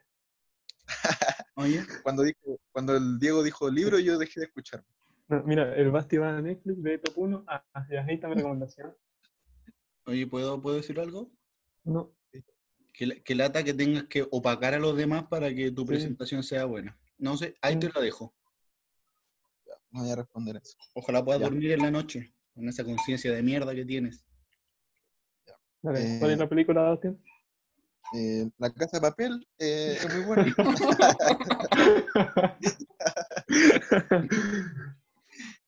S2: Oye,
S5: Cuando dijo, cuando el Diego dijo libro, yo dejé de escuchar.
S3: No, mira, el Basti va a Netflix, ve top 1, ah, ah, ya, ahí está mi recomendación.
S2: oye, ¿puedo, ¿puedo decir algo?
S3: No,
S2: Que, la- que lata que tengas que opacar a los demás para que tu
S3: Sí.
S2: presentación sea buena. No sé, ahí te
S3: Sí.
S2: la dejo.
S5: No voy a responder eso.
S2: Ojalá puedas
S5: Ya.
S2: dormir en la noche con esa conciencia de mierda que tienes.
S3: dale,
S5: Eh.
S3: ¿cuál es la película, Bastián?
S5: Eh, la casa de papel eh, es muy buena.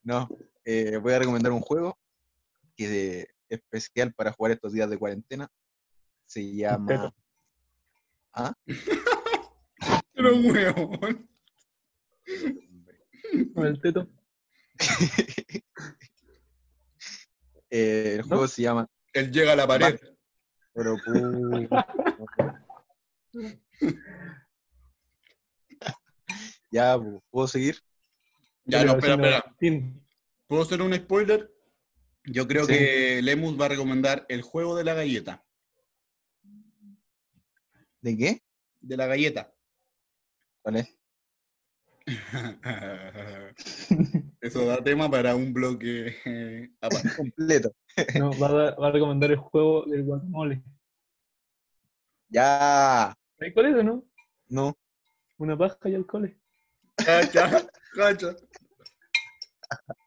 S5: No, eh, voy a recomendar un juego que es de- especial para jugar estos días de cuarentena. Se llama.
S2: Pero huevón.
S3: Con el teto.
S5: Eh, el juego se llama.
S2: Él llega a la pared.
S5: Pero pu- ya, pu, ¿puedo seguir?
S2: Ya, no, espera, espera.
S3: Martín,
S2: ¿Puedo hacer un spoiler? Yo creo
S5: Sí.
S2: que Lemus va a recomendar el juego de la galleta.
S5: ¿De qué? este
S2: De la galleta.
S5: ¿Cuál es?
S2: Eso da tema para un bloque eh, aparte.
S5: Completo.
S3: No, va a, dar- va a recomendar el juego del guacamole.
S5: Ya.
S3: ¿Hay cuál es o no?
S5: No.
S3: Una paja y alcoholes.
S2: Cacha, cacha.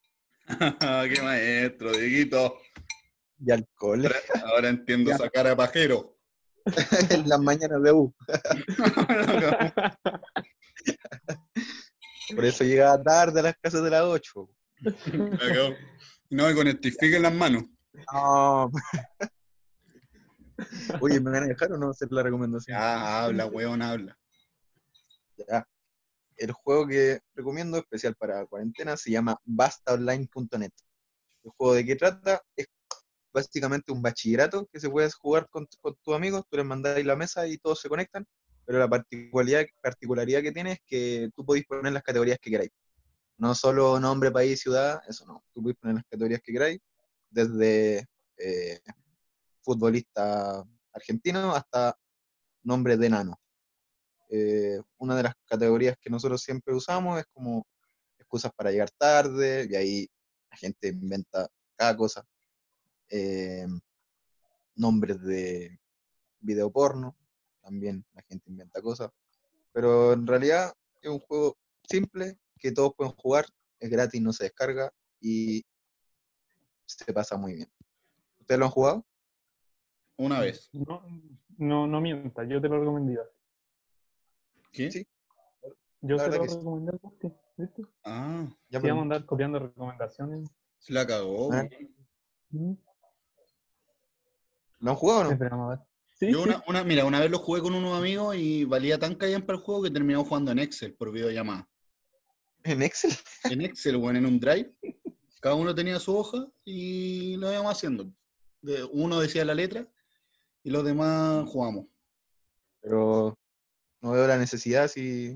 S2: Qué maestro, Dieguito.
S5: Y alcohol.
S2: Ahora entiendo
S5: Ya.
S2: sacar a pajero.
S5: en las mañanas de U. Por eso llegaba tarde a las casas de las 8.
S2: Acabo. No, y con el tifig en las manos.
S5: No. Oye, ¿me van a dejar o no hacer la recomendación?
S2: Ya, habla, weón, habla.
S5: Ya. El juego que recomiendo especial para cuarentena se llama bastaonline.net. ¿El juego de qué trata? Es básicamente un bachillerato que se puede jugar con, con tus amigos, tú les mandáis la mesa y todos se conectan, pero la particularidad, particularidad que tiene es que tú podéis poner las categorías que queráis. No solo nombre, país, ciudad, eso no. Tú podéis poner las categorías que queráis, desde eh, futbolista argentino hasta nombre de nano eh, una de las categorías que nosotros siempre usamos es como excusas para llegar tarde, y ahí la gente inventa cada cosa. Eh, nombres de video porno, también la gente inventa cosas. Pero en realidad es un juego simple que todos pueden jugar, es gratis, no se descarga y se pasa muy bien. ¿Ustedes lo han jugado?
S2: Una vez.
S3: No, no, no mientas, yo te lo recomendé.
S2: ¿Qué?
S5: Sí.
S3: Yo
S5: La
S3: te
S5: verdad
S3: lo
S5: que sí.
S3: recomendé, Bastián. ¿Viste?
S2: Ah,
S5: Ya,
S3: Sí,
S5: pero-
S3: vamos a andar copiando recomendaciones.
S2: se la cagó.
S5: Ah.
S2: weón.
S3: Mm,
S5: ¿Lo han jugado o no?
S3: Esperamos a ver. Sí,
S2: Yo
S3: sí.
S2: una, una- mira, una vez lo jugué con unos amigos y valía tan callampa el juego que terminamos jugando en Excel por videollamada.
S5: En Excel.
S2: En Excel, bueno, en un drive. Cada uno tenía su hoja y lo íbamos haciendo. De- Uno decía la letra y los demás jugamos.
S5: Pero no veo la necesidad si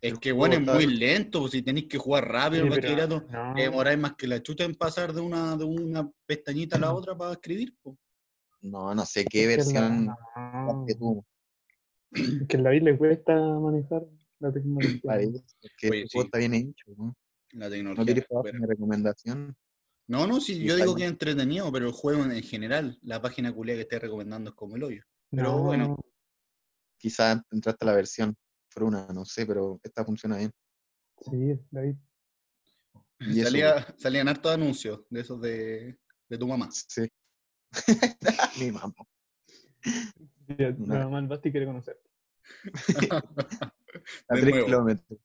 S2: Es
S5: El
S2: que,
S5: juego
S2: bueno, es
S5: está-
S2: muy lento, pues, si tenéis que jugar rápido
S3: Sí,
S2: el
S3: pero-
S2: bachillerato,
S5: ah.
S3: no.
S2: te demoráis más que la chucha en pasar de una, de una pestañita a la otra para escribir. po.
S5: No, no sé qué
S3: Es que la-
S5: versión
S3: no,
S5: que tú
S3: es Que a la vida le cuesta manejar la tecnología.
S5: parece que
S2: Oye,
S5: tu juego
S2: sí.
S5: está bien hecho. No,
S2: La
S5: no
S2: tecnología.
S5: quieres
S2: la
S5: pagar
S2: supera.
S5: mi recomendación.
S2: No, no, sí,
S5: Y
S2: yo
S5: está
S2: digo
S5: bien.
S2: que es entretenido, pero el juego en en general, la página culia que esté recomendando es como el hoyo. pero
S3: No,
S2: bueno.
S5: Quizás entraste a la versión fruna, no sé, pero esta funciona bien.
S3: Sí, David.
S5: Y eso, pues.
S2: Salía, salían hartos anuncios de esos de de tu mamá.
S5: Sí. Mi mamá.
S3: Ya, Nada más el Basti quiere conocer.
S5: A
S2: De
S5: tres
S2: nuevo.
S5: kilómetros.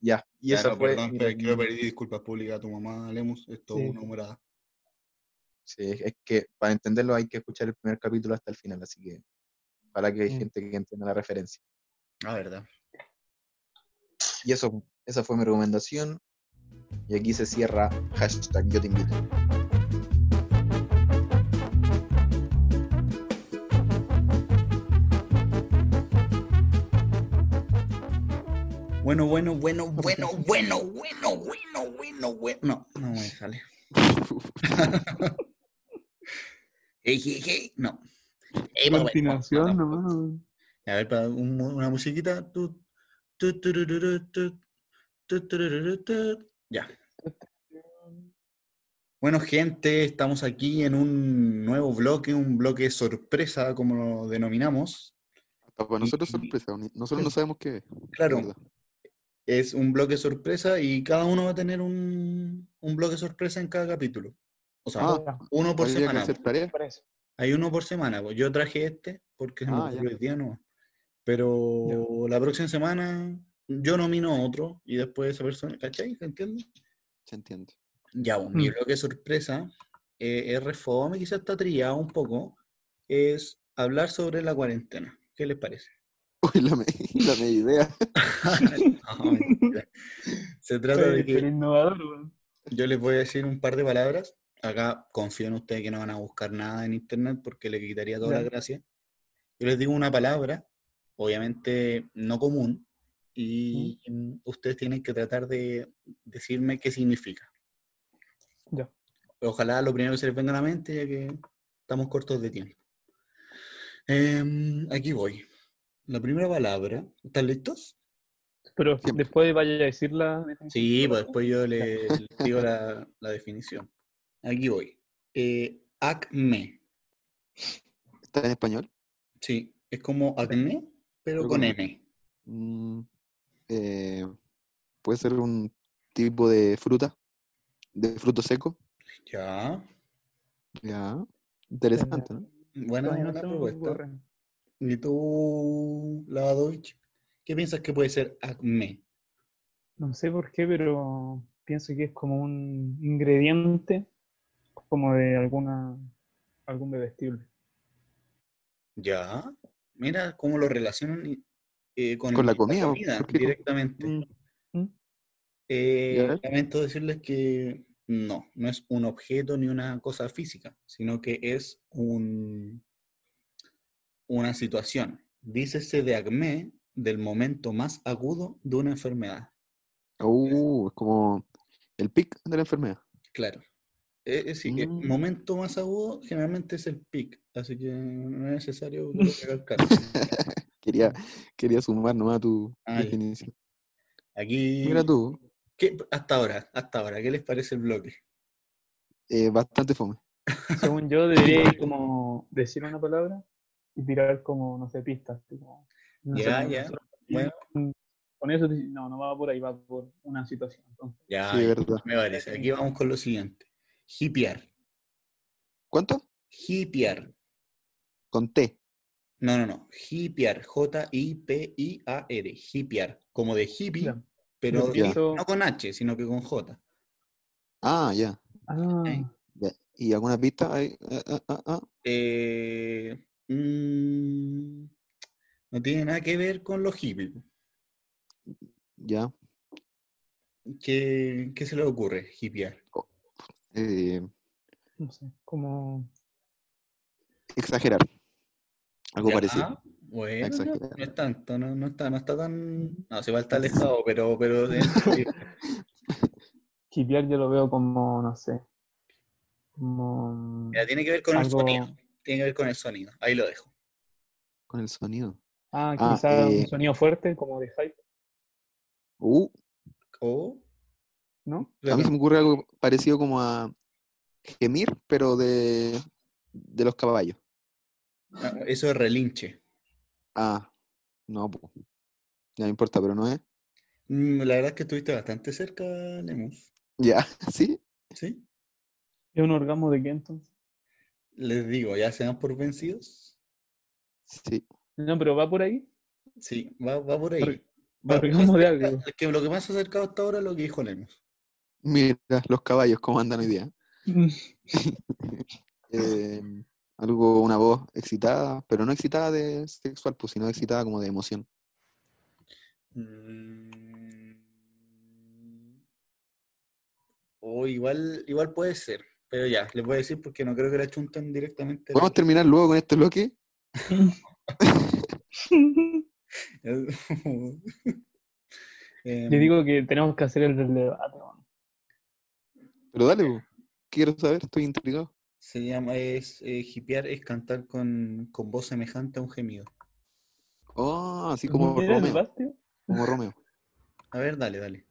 S5: Ya. Y
S2: Ya,
S5: esa
S2: no,
S5: fue.
S2: perdón,
S5: mi-
S2: pero quiero pedir disculpas públicas a tu mamá, Lemus. Esto
S3: Sí.
S2: es una
S5: pues.
S2: humorada.
S5: Sí, es que para entenderlo hay que escuchar el primer capítulo hasta el final, así que para que hay
S3: Mm.
S5: gente que entienda la referencia.
S2: La ah, verdad.
S5: Y eso, esa fue mi recomendación. Y aquí se cierra hashtag yo te invito.
S2: Bueno, bueno, bueno, bueno, bueno, bueno, bueno, bueno, bueno. No, no me sale. Ey, ey, ey, no. Ey, bueno, bueno,
S1: Continuación
S2: bueno,
S1: nomás. weón.
S2: A ver, para un- una musiquita. Tu, tu, turururu, tu, tu, turururu, tu. Ya. Bueno, gente, estamos aquí en un nuevo bloque, un bloque sorpresa, como lo denominamos.
S1: Hasta para nosotros
S2: Y-
S1: sorpresa, ni- nosotros no sabemos qué es.
S2: Claro,
S1: la verdad.
S2: es un bloque sorpresa y cada uno va a tener un, un bloque sorpresa en cada capítulo. O sea,
S1: Ah,
S3: Ya,
S2: uno por
S1: Habría que
S2: semana.
S1: hacer tarea.
S3: por eso.
S2: Hay uno por semana. pues. Yo traje este porque se me
S1: Ah,
S2: ocurrió
S1: ya.
S2: hoy día no. Pero la próxima semana yo nomino a otro y después esa persona, ¿cachai? ¿Entiendes?
S1: Se entiende.
S2: Ya, pues, mi
S3: Mm.
S2: bloque sorpresa eh, es reforme, quizás está trillado un poco, es hablar sobre la cuarentena. ¿Qué les parece?
S1: Uy, la, me, la media idea.
S2: No, mentira. Se trata
S3: Oye,
S2: de
S3: que
S2: que...
S3: ser innovador, weón.
S2: Yo les voy a decir un par de palabras. Acá confío en ustedes que no van a buscar nada en internet porque le quitaría toda la
S3: Ya.
S2: gracia. Yo les digo una palabra, obviamente no común, y mm, ustedes tienen que tratar de decirme qué significa.
S3: Ya.
S2: Ojalá lo primero que se les venga a la mente, ya que estamos cortos de tiempo. Em, aquí voy. La primera palabra. ¿Están listos?
S3: Pero
S1: Siempre.
S3: después vaya a decir la definición.
S2: Sí, pues después yo le- les digo la, la definición. Aquí voy. Eh, acme.
S1: ¿Está en español?
S2: Sí, es como acné,
S1: Pero
S2: pero con
S1: con
S2: M.
S1: Mm, eh, puede ser un tipo de fruta, de fruto seco.
S2: Ya.
S1: Ya. Interesante, ¿no?
S2: Bueno,
S3: Todavía
S2: es
S3: no
S2: una
S3: se me
S2: propuesta.
S3: ocurre.
S2: ¿Y tú, Lavadovich? ¿Qué piensas que puede ser acné?
S3: No sé por qué, pero pienso que es como un ingrediente como de alguna algún bebestible.
S2: Ya. Mira cómo lo relacionan y- eh, con,
S1: Con la comida, ¿por qué no?
S2: directamente.
S1: Mm,
S2: Eh,
S1: Ya ves.
S2: lamento decirles que no, no es un objeto ni una cosa física, sino que es un, una situación. Dícese de acné del momento más agudo de una enfermedad.
S1: uh, es como el pic de la enfermedad.
S2: Claro. Es decir, que el
S1: Mm.
S2: momento más agudo generalmente es el pic, así que no es necesario creo que haga el caso.
S1: Quería, quería sumar nomás a tu
S2: Ah, ya.
S1: definición.
S2: Aquí,
S1: Mira tú,
S2: ¿qué- hasta ahora, hasta ahora, ¿qué les parece el bloque?
S1: eh, bastante fome.
S3: Según yo, debería ir como decir una palabra y tirar como, no sé, pistas. así como, no sé,
S2: Ya,
S3: como
S2: ya.
S3: nosotros.
S2: Bueno.
S3: Con eso, te- no, no va por ahí, va por una situación. Entonces,
S2: Ya,
S1: Sí,
S2: Ah, ya,
S1: verdad.
S2: me parece. Aquí vamos con lo siguiente. Hipear.
S1: ¿Cuánto?
S2: Hipear.
S1: Con T.
S2: No, no, no. Hipear. J-I-P-I-A-R. Hipear. Como de hippie,
S3: ya.
S2: pero
S3: Yo
S2: de-
S3: pienso-
S2: no con H, sino que con J.
S1: Ah, ya.
S3: Ah,
S1: ya. ¿Y alguna pista? Ay, ah, ah, ah, ah.
S2: Eh, mm, no tiene nada que ver con los hippies.
S1: Ya.
S2: ¿Qué, qué se le ocurre? Hipear.
S1: Eh,
S3: no sé, como
S1: exagerar. Algo
S2: Ya,
S1: parecido.
S2: Bueno, no,
S1: Exagerado.
S2: no es tanto, no, no está, no está tan. No, se va estar alejado, pero, pero de-
S3: hipear yo lo veo como, no sé, como...
S2: Mira, tiene que ver con el
S3: Algo-
S2: sonido. Tiene que ver con el sonido. Ahí lo dejo.
S1: Con el sonido.
S3: Ah,
S1: Ah,
S3: quizá
S1: eh,
S3: un sonido fuerte, como de hype,
S1: Uh,
S2: O
S3: ¿no?
S1: Oh, a mí se me ocurre algo parecido como a gemir, pero de, de los caballos.
S2: Ah, Eso es relinche.
S1: Ah, no, po. ya no importa, pero no es.
S2: Mm, La verdad es que estuviste bastante cerca, Lemus.
S1: Ya, sí.
S2: ¿Sí?
S3: ¿Es un orgasmo de qué entonces?
S2: Les digo, ¿ya se dan por vencidos?
S1: Sí.
S3: No, pero va por ahí.
S2: Sí, va, va por ahí.
S3: Por- Orgasmo de algo.
S2: Es que lo que más se ha acercado hasta ahora es lo que dijo Lemos.
S1: Mira, los caballos, cómo andan hoy día. Eh, algo, una voz excitada, pero no excitada de sexual, pues, sino excitada como de emoción.
S2: Mm. O Oh, igual, igual puede ser. Pero ya, les voy a decir porque no creo que la chunten directamente.
S1: ¿Podemos terminar luego con este bloque?
S2: Em,
S3: Le digo que tenemos que hacer el del debate. weón.
S1: Pero dale, po. quiero saber, estoy intrigado.
S2: Se llama, es, eh, hipear es cantar con, con voz semejante a un gemido.
S1: Oh, así como
S3: Mira,
S1: Romeo.
S3: ¿notaste?
S1: Como Romeo.
S2: A ver, dale, dale.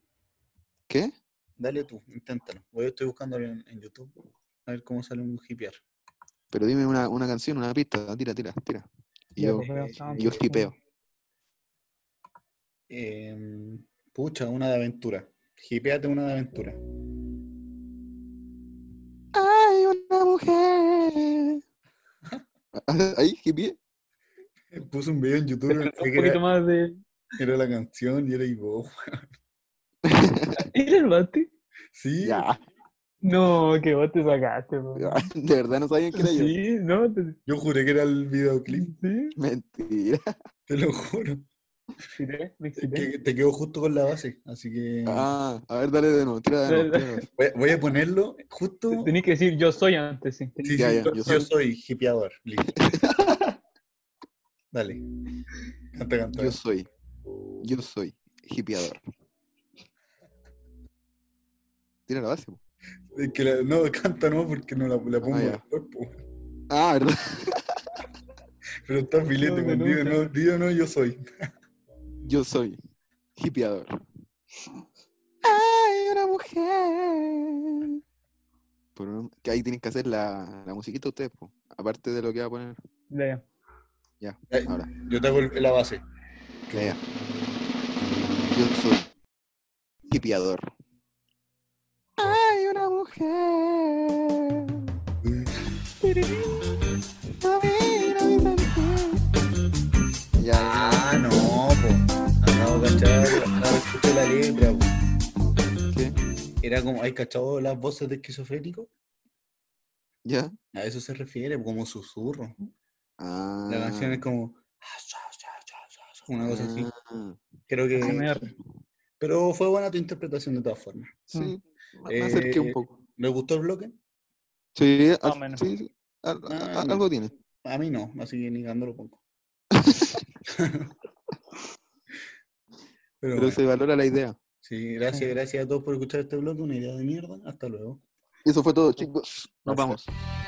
S1: ¿Qué?
S2: Dale tú, inténtalo. Voy, estoy buscando en, en YouTube. A ver cómo sale un hipear.
S1: Pero dime una, una canción, una pista. Tira, tira, tira. Y
S3: Ya,
S1: yo,
S3: pues, veo
S2: eh,
S3: tanto,
S1: yo
S3: weón.
S1: hipeo.
S2: Em, pucha, una de aventura. Hipeate una de aventura.
S1: Hay una mujer. Ah, ¿Ahí, hipié?
S2: Puse un video en YouTube
S3: Pero
S2: pensé
S3: Un
S2: que era,
S3: poquito más de.
S2: era la canción y era y vos.
S3: ¿Era el bate?
S2: Sí,
S1: Ya,
S3: No, que vos te sacaste, weón.
S1: ya. De verdad no sabían quién era yo.
S3: Sí, no, te-
S2: yo juré que era el videoclip,
S3: sí,
S1: Mentira.
S2: te lo juro.
S3: excité, me
S2: Es
S3: excité.
S2: que te quedó justo con la base, así que
S1: ¿Eh? Ah, a ver, dale de nuevo, tira de nuevo. tira de nuevo.
S2: voy, voy a ponerlo justo.
S3: Tenés que decir yo soy antes, sí.
S2: Sí,
S1: Ya,
S2: sí,
S1: ya,
S2: yo,
S1: yo
S2: yo soy,
S1: soy.
S2: hipeador. Listo. Dale. Canta, canta.
S1: Yo soy, yo soy hipiador. Tira la base. po.
S2: Es que la- no, canta no porque no la, la pongo
S1: ya.
S2: después, po.
S1: Ah, ¿verdad?
S2: Pero está filete
S3: No,
S2: con
S3: no,
S2: Dido, pues, no, Dido no, yo soy.
S1: Yo soy hipiador. Hay una mujer. Pero no- que ahí tienen que hacer la, la musiquita ustedes, po, aparte de lo que va a poner.
S3: Ya, ya.
S1: Ya,
S2: Eh,
S1: ahora.
S2: Yo te hago el- la base.
S1: Ya, ya. Yo soy hipiador. Hay una mujer. Ya, ya,
S2: Ah, no, po. Ah, no, cachado, ahora escuché la letra, po.
S1: ¿qué?
S2: Era como, ¿hay cachado las voces de esquizofrénico?
S1: ¿Ya?
S2: A eso se refiere, como susurro.
S1: Ah,
S2: La canción es como, ah, una cosa así.
S1: ah,
S2: Creo
S3: Se me
S2: que.
S3: arre.
S2: Pero fue buena tu interpretación de todas formas.
S1: Sí, me me acerqué
S2: Eh,
S1: un poco.
S2: ¿Le gustó el bloque?
S1: Sí,
S3: Más o
S1: al-
S3: menos.
S1: sí, sí, al-
S2: Ah,
S1: a- a-
S2: mira.
S1: algo tiene.
S2: A mí no, así que ni cagando lo pongo. Pero
S1: Pero
S2: bueno,
S1: se valora la idea.
S2: sí, gracias, gracias a todos por escuchar este bloque. Una idea de mierda. Hasta luego.
S1: Eso fue todo, chicos. Nos
S2: Gracias.
S1: vamos.